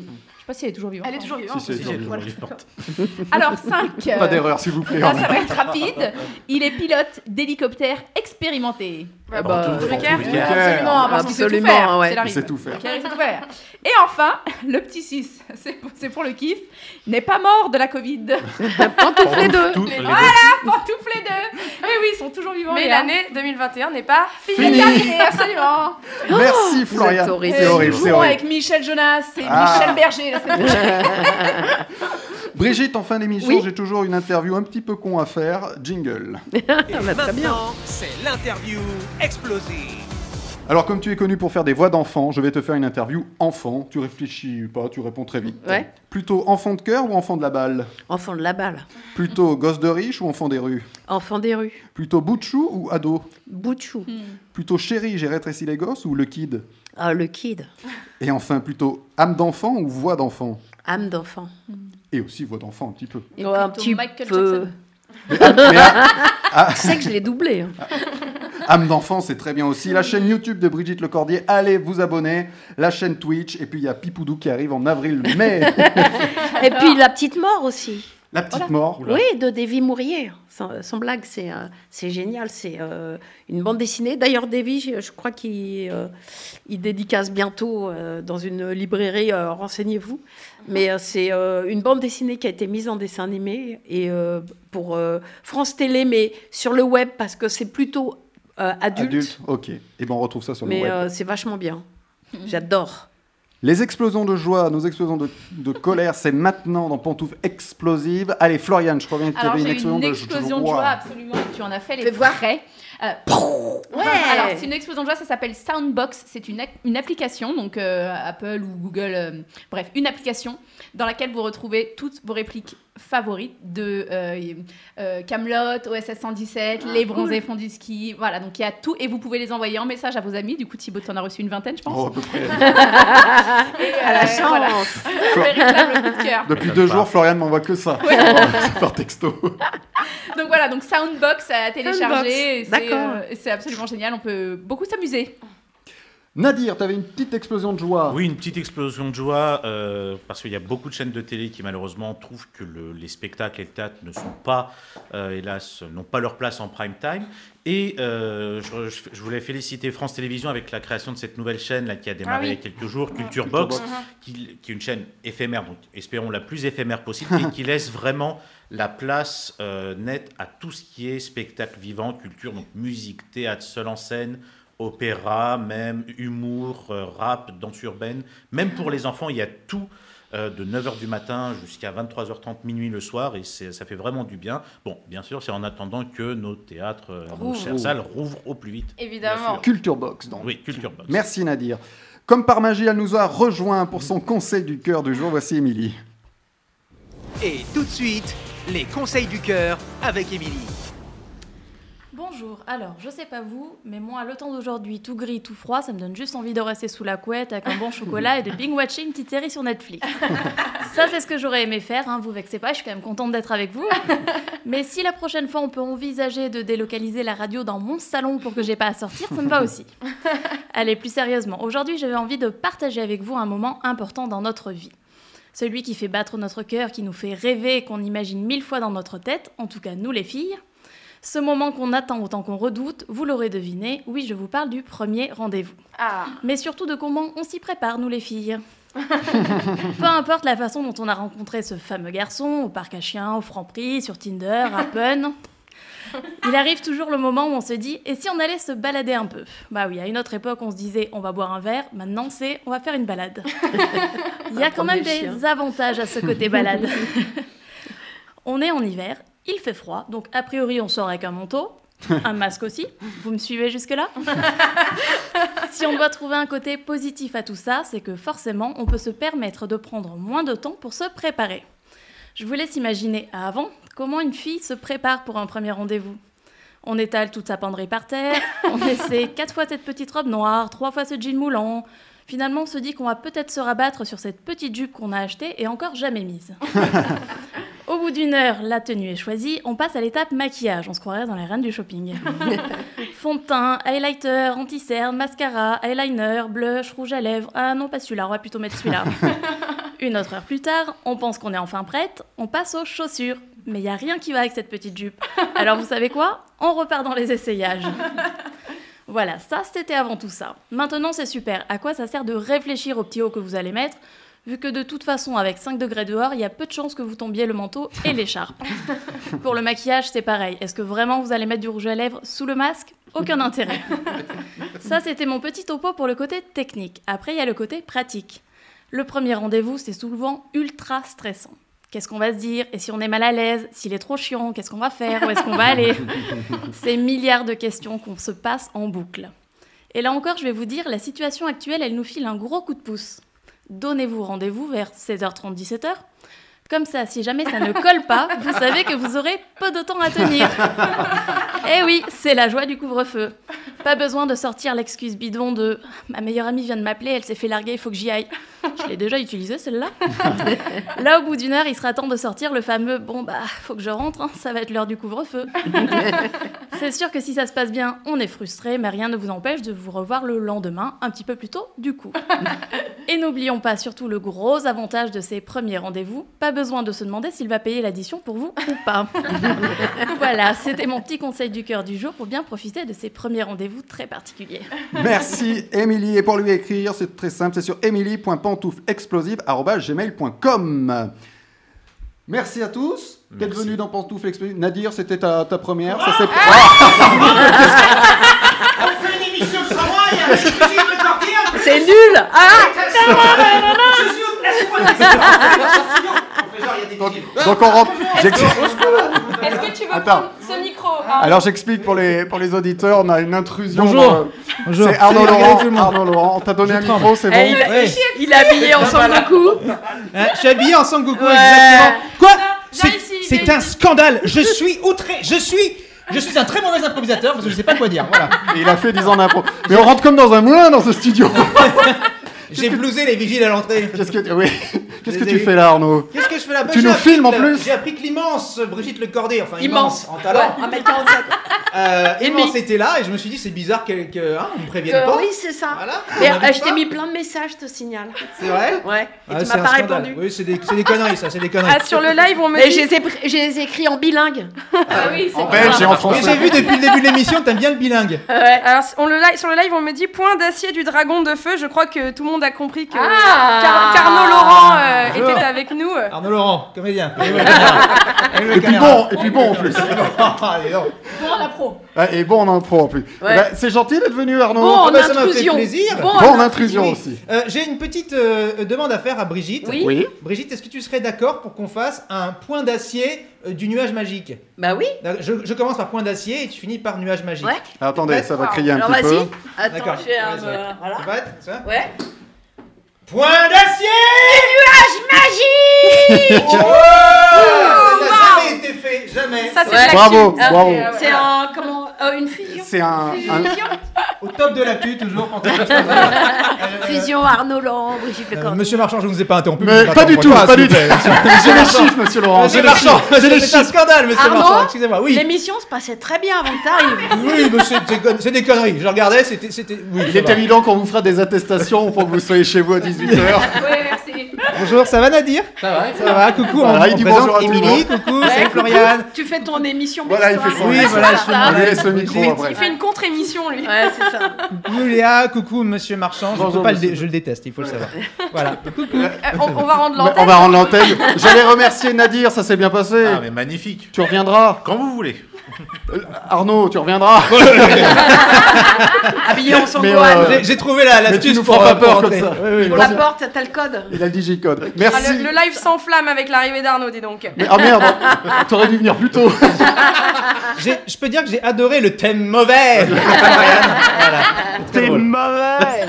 S7: Je sais pas si elle est toujours vivante.
S3: Elle est toujours vivante.
S9: Ah,
S2: Si, si, elle est toujours
S7: Voilà.
S2: vivante.
S7: <laughs> Alors, 5.
S2: Pas d'erreur, s'il vous plaît.
S7: Euh, Ça, ça va être rapide. Il est pilote d'hélicoptère expérimenté.
S5: Ah bah, Pantoufle,
S7: Drucker,
S5: Pantoufle, Drucker.
S7: absolument, parce qu'il sait tout
S5: Absolument,
S7: faire,
S5: ouais.
S7: c'est la
S5: Il
S7: rime.
S5: sait tout faire.
S7: Drucker, il sait tout faire. Et enfin, le petit 6, <laughs> c'est pour, c'est pour le kiff, n'est pas mort de la Covid. <laughs> Pantoufles
S3: les
S7: deux.
S3: Pantoufles les deux.
S7: Voilà, pantoufles les deux. Oui, oui, ils sont toujours vivants.
S3: Mais
S7: Léa.
S3: l'année 2021 n'est pas
S7: Fini.
S3: finie. Terminée,
S7: absolument.
S2: <gasps> Merci, Florian.
S5: êtes horrible.
S2: C'est horrible,
S7: Nous
S2: c'est
S7: jouerons
S2: horrible.
S7: avec Michel Jonas et
S2: Ah.
S7: Michel Berger la semaine prochaine.
S2: Brigitte, en fin d'émission,
S7: Oui.
S2: j'ai toujours une interview un petit peu con à faire. Jingle.
S9: Ah, bah,
S1: Maintenant, c'est l'interview explosive.
S2: Alors, comme tu es connu pour faire des voix d'enfants, je vais te faire une interview enfant. Tu réfléchis pas, tu réponds très vite.
S5: Ouais.
S2: Plutôt enfant de cœur ou enfant de la balle
S5: Enfant de la balle.
S2: Plutôt gosse de riche ou enfant des rues
S5: Enfant des rues.
S2: Plutôt bout de chou ou ado
S5: Boutchou.
S3: Hmm.
S2: Plutôt chérie, j'ai rétréci les gosses ou le kid
S5: Ah, le kid.
S2: Et enfin, plutôt âme d'enfant ou voix d'enfant
S5: Âme d'enfant.
S2: Et aussi voix d'enfant, un petit peu.
S5: Ouais, un petit peu.
S2: Mais ah, à- à-
S5: Tu sais que je l'ai doublé. hein.
S2: Âme d'enfant, c'est très bien aussi. La chaîne YouTube de Brigitte Lecordier, allez vous abonner. La chaîne Twitch, et puis il y a Pipoudou qui arrive en avril-mai.
S5: <laughs>
S2: Ah.
S5: Et puis la petite mort aussi.
S2: La petite mort.
S5: Oui, de Davy Mourier. Sans, sans blague, c'est euh, c'est génial. C'est euh, une bande dessinée. D'ailleurs, Davy, je, je crois qu'il euh, il dédicace bientôt euh, dans une librairie. euh, Renseignez-vous. Mais euh, c'est euh, une bande dessinée qui a été mise en dessin animé et euh, pour euh, France Télé, mais sur le web parce que c'est plutôt euh, adulte.
S2: Adulte, ok. Et ben on retrouve ça sur le
S5: mais
S2: web.
S5: euh, c'est vachement
S13: <laughs>
S5: bien. J'adore.
S2: Les explosions de joie, nos explosions de, de colère, c'est maintenant dans Pantoufles Explosive. Allez, Florian, je crois bien que tu
S7: Alors
S2: avais
S7: j'ai
S2: une
S7: eu
S2: explosion,
S7: une explosion de joie, absolument. Tu en as fait les frais. Euh,
S5: Ouais.
S7: Alors c'est
S13: Euh,
S7: une explosion de joie, ça s'appelle Soundbox. C'est une, ac- une application, donc euh, Apple ou Google, euh, bref, une application dans laquelle vous retrouvez toutes vos répliques favorites de euh, Camelot, OSS 117,
S5: Ah,
S7: Les Bronzés
S5: cool.
S7: font du ski. Voilà, donc il y a tout et vous pouvez les envoyer en message à vos amis. Du coup, Thibaut, t'en as reçu une vingtaine, je pense.
S2: Oh, à peu
S7: <laughs>
S2: près.
S7: à
S5: la chance.
S7: Véritable coup de cœur.
S2: Depuis deux jours, Florian m'envoie que ça. c'est <laughs> par texto.
S7: Donc voilà, donc Soundbox à télécharger. et c'est,
S5: Soundbox, d'accord.
S7: euh, et c'est absolument génial, on peut beaucoup s'amuser.
S2: Nadir, t'avais une petite explosion de joie.
S9: Oui, une petite explosion de joie, euh, parce qu'il y a beaucoup de chaînes de télé qui malheureusement trouvent que le- les spectacles et le théâtre ne sont pas, euh, hélas, n'ont pas leur place en prime time. Et euh, je, je- je voulais féliciter France Télévisions avec la création de cette nouvelle chaîne là, qui a démarré
S12: Ah oui.
S9: il y a quelques jours, Culture
S12: Culture
S9: Box,
S12: Box.
S9: qui, qui est une chaîne éphémère, donc espérons la plus éphémère possible, et qui laisse vraiment la place euh, nette à tout ce qui est spectacle vivant, culture, donc musique, théâtre, seul en scène, opéra, même humour, euh, rap, danse urbaine. Même pour les enfants, il y a tout. euh, de 9h du matin jusqu'à 23h30 minuit le soir et c'est- ça fait vraiment du bien. Bon, bien sûr, c'est en attendant que nos théâtres, euh, nos
S3: Rouvrent.
S9: chères salles rouvrent au plus vite.
S3: Évidemment.
S2: Culture Box, donc.
S9: Oui, Culture Box.
S2: Merci Nadir. Comme par magie, elle nous a rejoint pour son conseil du cœur du jour. Voici Émilie.
S1: Et tout de suite, les conseils du cœur avec Émilie.
S13: Bonjour, alors je sais pas vous, mais moi le temps d'aujourd'hui tout gris, tout froid, ça me donne juste envie de rester sous la couette avec un bon chocolat et de bing-watcher une petite série sur Netflix. ça c'est ce que j'aurais aimé faire, hein, vous vexez pas, je suis quand même contente d'être avec vous. mais si la prochaine fois on peut envisager de délocaliser la radio dans mon salon pour que j'ai pas à sortir, ça me va aussi. Allez, plus sérieusement, aujourd'hui j'avais envie de partager avec vous un moment important dans notre vie. Celui qui fait battre notre cœur, qui nous fait rêver, qu'on imagine mille fois dans notre tête, en tout cas nous les filles. Ce moment qu'on attend autant qu'on redoute, vous l'aurez deviné, oui, je vous parle du premier rendez-vous.
S2: hein.
S13: Mais surtout de comment on s'y prépare, nous les filles. Peu importe la façon dont on a rencontré ce fameux garçon, au parc à chiens, au Franprix, sur Tinder, à Pun, il arrive toujours le moment où on se dit et si on allait se balader un peu Bah oui, à une autre époque, on se disait on va boire un verre, maintenant c'est on va faire une balade. Il y a quand
S5: Prendre
S13: même
S5: des chiens.
S13: des avantages à ce côté balade. on est en hiver, il fait froid, donc a priori on sort avec un manteau, un masque aussi. Vous me suivez jusque-là si on doit trouver un côté positif à tout ça, c'est que forcément, on peut se permettre de prendre moins de temps pour se préparer. Je vous laisse imaginer à avant comment une fille se prépare pour un premier rendez-vous. On étale toute sa penderie par terre, on essaie quatre fois cette petite robe noire, trois fois ce jean moulant. Finalement, on se dit qu'on va peut-être se rabattre sur cette petite jupe qu'on a achetée et encore jamais mise. Au bout d'une heure, la tenue est choisie, on passe à l'étape maquillage, on se croirait dans les reines du shopping. Fond de teint, highlighter, anti-cerne, mascara, eyeliner, blush, rouge à lèvres. Ah non, pas celui-là, on va plutôt mettre celui-là. Une autre heure plus tard, on pense qu'on est enfin prête, on passe aux chaussures. Mais il n'y a rien qui va avec cette petite jupe. Alors vous savez quoi On repart dans les essayages. Voilà, ça c'était avant tout ça. Maintenant c'est super. À quoi ça sert de réfléchir au petit haut que vous allez mettre Vu que de toute façon, avec 5 degrés dehors, il y a peu de chances que vous tombiez le manteau et l'écharpe. Pour le maquillage, c'est pareil. Est-ce que vraiment vous allez mettre du rouge à lèvres sous le masque Aucun intérêt. Ça, c'était mon petit topo pour le côté technique. Après, il y a le côté pratique. Le premier rendez-vous, c'est souvent ultra stressant. Qu'est-ce qu'on va se dire Et si on est mal à l'aise S'il est trop chiant Qu'est-ce qu'on va faire Où est-ce qu'on va aller Ces milliards de questions qu'on se passe en boucle. Et là encore, je vais vous dire, la situation actuelle, elle nous file un gros coup de pouce. Donnez-vous rendez-vous vers 16h30, 17h. Comme ça, si jamais ça ne colle pas, vous savez que vous aurez peu de temps à tenir. Eh oui, c'est la joie du couvre-feu. Pas besoin de sortir l'excuse bidon de ma meilleure amie vient de m'appeler, elle s'est fait larguer, il faut que j'y aille. Je l'ai déjà utilisée celle-là. Là, au bout d'une heure, il sera temps de sortir le fameux bon bah faut que je rentre, hein, ça va être l'heure du couvre-feu. c'est sûr que si ça se passe bien, on est frustré, mais rien ne vous empêche de vous revoir le lendemain, un petit peu plus tôt, du coup. Et n'oublions pas surtout le gros avantage de ces premiers rendez-vous, pas besoin de se demander s'il va payer l'addition pour vous ou pas. voilà, c'était mon petit conseil du cœur du jour pour bien profiter de ces premiers rendez-vous très particuliers.
S2: Merci Émilie. Et pour lui écrire, c'est très simple, c'est sur émilie.pantoufleexplosive.gmail.com Merci à tous d'être venus dans Pantoufle Explosive. Nadir, c'était ta, ta première. Ça s'est...
S12: On fait une émission sans moi et avec une musique de cordier.
S5: C'est nul. Ah
S12: Je suis au- laisse-moi des histoires. On fait genre, il y a des
S2: Ah, Donc on rentre. j'explique-
S3: Est-ce que tu veux
S2: Attends.
S3: prendre ce micro
S2: Alors j'explique pour les, pour les auditeurs, on a une intrusion.
S14: Bonjour.
S2: dans le-
S14: Bonjour.
S2: C'est Arnaud
S14: Regardez
S2: Laurent.
S14: tout le monde.
S2: Arnaud Laurent, on t'a donné un micro, c'est bon
S5: Eh, il, il est habillé en Sangoku.
S1: Hein, je suis habillé en Sangoku,
S5: Ouais.
S1: exactement. Quoi C'est-
S5: ici, viens
S1: C'est un scandale. Je suis outré. Je suis. Je suis un très mauvais improvisateur parce que je sais pas quoi dire. Voilà.
S2: Et il a fait 10 ans d'impro. Mais on rentre comme dans un moulin dans ce studio.
S1: J'ai blousé les vigiles à l'entrée.
S2: Qu'est-ce que, oui. Qu'est-ce que tu fais là, Arnaud
S1: Qu'est-ce que je fais la bonne
S2: Tu
S1: j'ai
S2: nous
S1: appris
S2: filmes, en
S1: que-
S2: plus
S1: J'ai appris que l'immense Brigitte Le Corday, enfin
S5: Immense.
S1: immense, en talent.
S5: Ouais, 1m47.
S1: euh, immense était là et je me suis dit c'est bizarre qu'on me prévienne
S5: Euh,
S1: pas.
S5: oui, c'est ça.
S1: On
S5: Et,
S1: m'invite
S5: euh, je t'ai
S1: pas.
S5: mis plein de messages, je te signale.
S1: C'est vrai
S5: Ouais. Et
S1: Ah,
S5: tu
S1: c'est
S5: m'as
S1: un
S5: pas
S1: scandale.
S5: répondu.
S1: Oui, c'est des, c'est des conneries, ça, c'est des conneries.
S3: Ah, sur le live, on me
S5: Mais
S3: dit-
S5: je les ai pr- je les ai écrits en bilingue.
S3: Ah oui,
S1: En belge et en français. Mais j'ai vu depuis le début de l'émission, t'aimes bien le bilingue.
S3: Alors, on le li- sur le live, on me dit point d'acier du dragon de feu. Je crois que tout le monde a compris que
S5: Ah.
S3: Car- Carnot Laurent euh,
S2: Ah.
S1: Bonjour.
S3: était avec nous. euh.
S1: Arnaud Laurent, comédien. <laughs>
S2: Et puis bon, et puis bon en plus.
S1: Ah,
S6: Bon, la pro.
S2: Ouais, Ah, Et bon, on en prend en plus.
S1: Ouais.
S2: Bah, c'est gentil d'être venu, Arnaud.
S1: Ah bah, ça m'a fait plaisir.
S2: Bon, en intrusion
S1: Oui.
S2: aussi.
S1: Euh, J'ai une petite euh, demande à faire à Brigitte.
S2: Oui. Oui.
S1: Brigitte, est-ce que tu serais d'accord pour qu'on fasse un point d'acier euh, du nuage magique
S5: Bah oui.
S1: Je, je commence par point d'acier et tu finis par nuage magique.
S5: Ouais.
S2: Alors, attendez,
S1: Prête
S2: ça va crier un
S1: Alors,
S2: petit
S1: vas-y.
S2: peu.
S5: Attends,
S1: D'accord.
S5: je fais un.
S1: Vas-y.
S5: euh, voilà.
S1: T'es prête, ça
S5: Ouais.
S1: Point
S5: d'acier
S1: d'acier
S5: Nuage magique
S1: Oh,
S5: Oh,
S1: Ça n'a jamais été fait, jamais.
S5: Ça, c'est
S2: Ouais.
S5: de la
S2: Bravo,
S5: cul. Ah,
S2: bravo.
S5: euh, C'est un. Comment euh, Une fusion.
S2: C'est un- un-
S5: Fusion.
S1: Au top de la cul, toujours. quand on-
S5: <laughs> Fusion Arnaud Laurent, Brigitte
S1: Euh,
S5: Lecordier.
S1: Monsieur Marchand, je ne vous ai pas interrompu.
S2: Mais
S1: vous
S2: pas du
S1: m'interromprez
S2: tout, pas
S1: s'il
S2: du
S1: vous
S2: tout.
S1: plaît.
S2: J'ai les chiffres, monsieur Laurent.
S1: Monsieur
S2: j'ai les
S1: Marchand,
S5: Ah,
S2: chiffres, j'ai les
S1: c'est un
S2: chiffres.
S1: scandale, monsieur Marchand,
S5: Arnaud,
S1: excusez-moi. Oui.
S5: l'émission se passait très bien avant que t'arrives.
S1: Oui, mais c'est- c'est con- c'est des conneries. Je regardais, c'était. c'était- Oui,
S2: Il
S1: ça
S2: est
S1: va.
S2: évident qu'on vous fera des attestations pour que vous soyez chez vous à 18h.
S6: Ouais, merci.
S1: Bonjour, ça va Nadir Ça va, ça va. Coucou,
S2: Voilà,
S1: on,
S2: il
S1: on
S2: dit
S1: présente
S2: bonjour à tout le
S1: Émilie,
S2: monde.
S1: coucou,
S5: Ouais,
S1: c'est
S5: coucou,
S1: Florian.
S5: <laughs> Tu fais ton émission.
S2: Voilà, il
S5: Big
S2: fait
S5: Star.
S2: son
S1: Oui,
S2: émission.
S1: voilà, je fais mon
S2: On lui laisse le
S1: émission.
S2: micro après.
S3: Il fait une contre-émission, lui.
S5: Ouais, c'est ça.
S1: Coucou Léa, coucou Monsieur Marchand. Je, peux
S2: Bonjour,
S1: pas le dé-
S2: monsieur.
S1: je le déteste, il faut le savoir. Voilà.
S3: Euh, on, on va rendre
S2: Bah,
S3: l'antenne.
S2: On va rendre l'antenne. J'allais remercier Nadir, ça s'est bien passé.
S9: Ah, mais magnifique.
S2: Tu reviendras.
S9: Quand vous voulez.
S2: Arnaud, tu reviendras.
S5: Habillé en
S2: Mais,
S5: sangoane.
S2: euh,
S1: J'ai- J'ai trouvé la-
S2: mais tu
S1: l'astuce
S2: nous
S1: pour,
S2: feras
S1: euh,
S2: pas
S1: pour
S2: peur comme
S1: rentrer.
S2: ça.
S1: Oui, oui,
S5: Pour
S1: vas-y.
S5: la porte, t'as le code.
S2: Il a le digicode.
S3: Ah,
S2: Merci.
S3: le, le live s'enflamme avec l'arrivée d'Arnaud, dis donc.
S2: Mais- ah merde, <laughs> t'aurais dû venir plus tôt.
S1: J'ai- Je peux dire que j'ai adoré le thème
S2: <laughs>
S1: mauvais.
S2: T'es
S1: mauvais.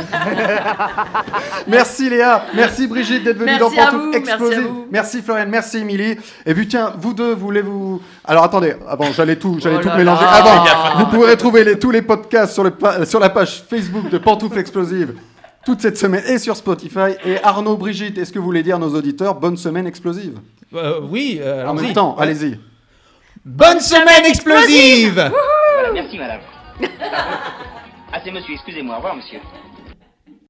S2: Merci Léa, merci Brigitte d'être venue
S5: Merci
S2: dans
S5: à
S2: Pantouf
S5: vous, merci
S2: Explosive.
S5: à vous.
S2: Merci Florian, merci Émilie. Et puis tiens, vous deux, voulez-vous. Alors attendez, avant, j'allais tout, j'allais
S5: Oh
S2: tout
S5: là
S2: mélanger.
S5: là.
S2: Avant,
S5: Fais gaffe.
S2: vous pourrez trouver les- tous les podcasts sur, le pa- sur la page Facebook de Pantouf Explosive toute cette semaine et sur Spotify. Et Arnaud, Brigitte, est-ce que vous voulez dire à nos auditeurs bonne semaine explosive
S1: Euh, oui, euh,
S2: En
S1: allons-y.
S2: même temps, allez-y.
S1: Bonne semaine explosive
S14: Voilà, merci madame. ah c'est monsieur, excusez-moi, au revoir monsieur.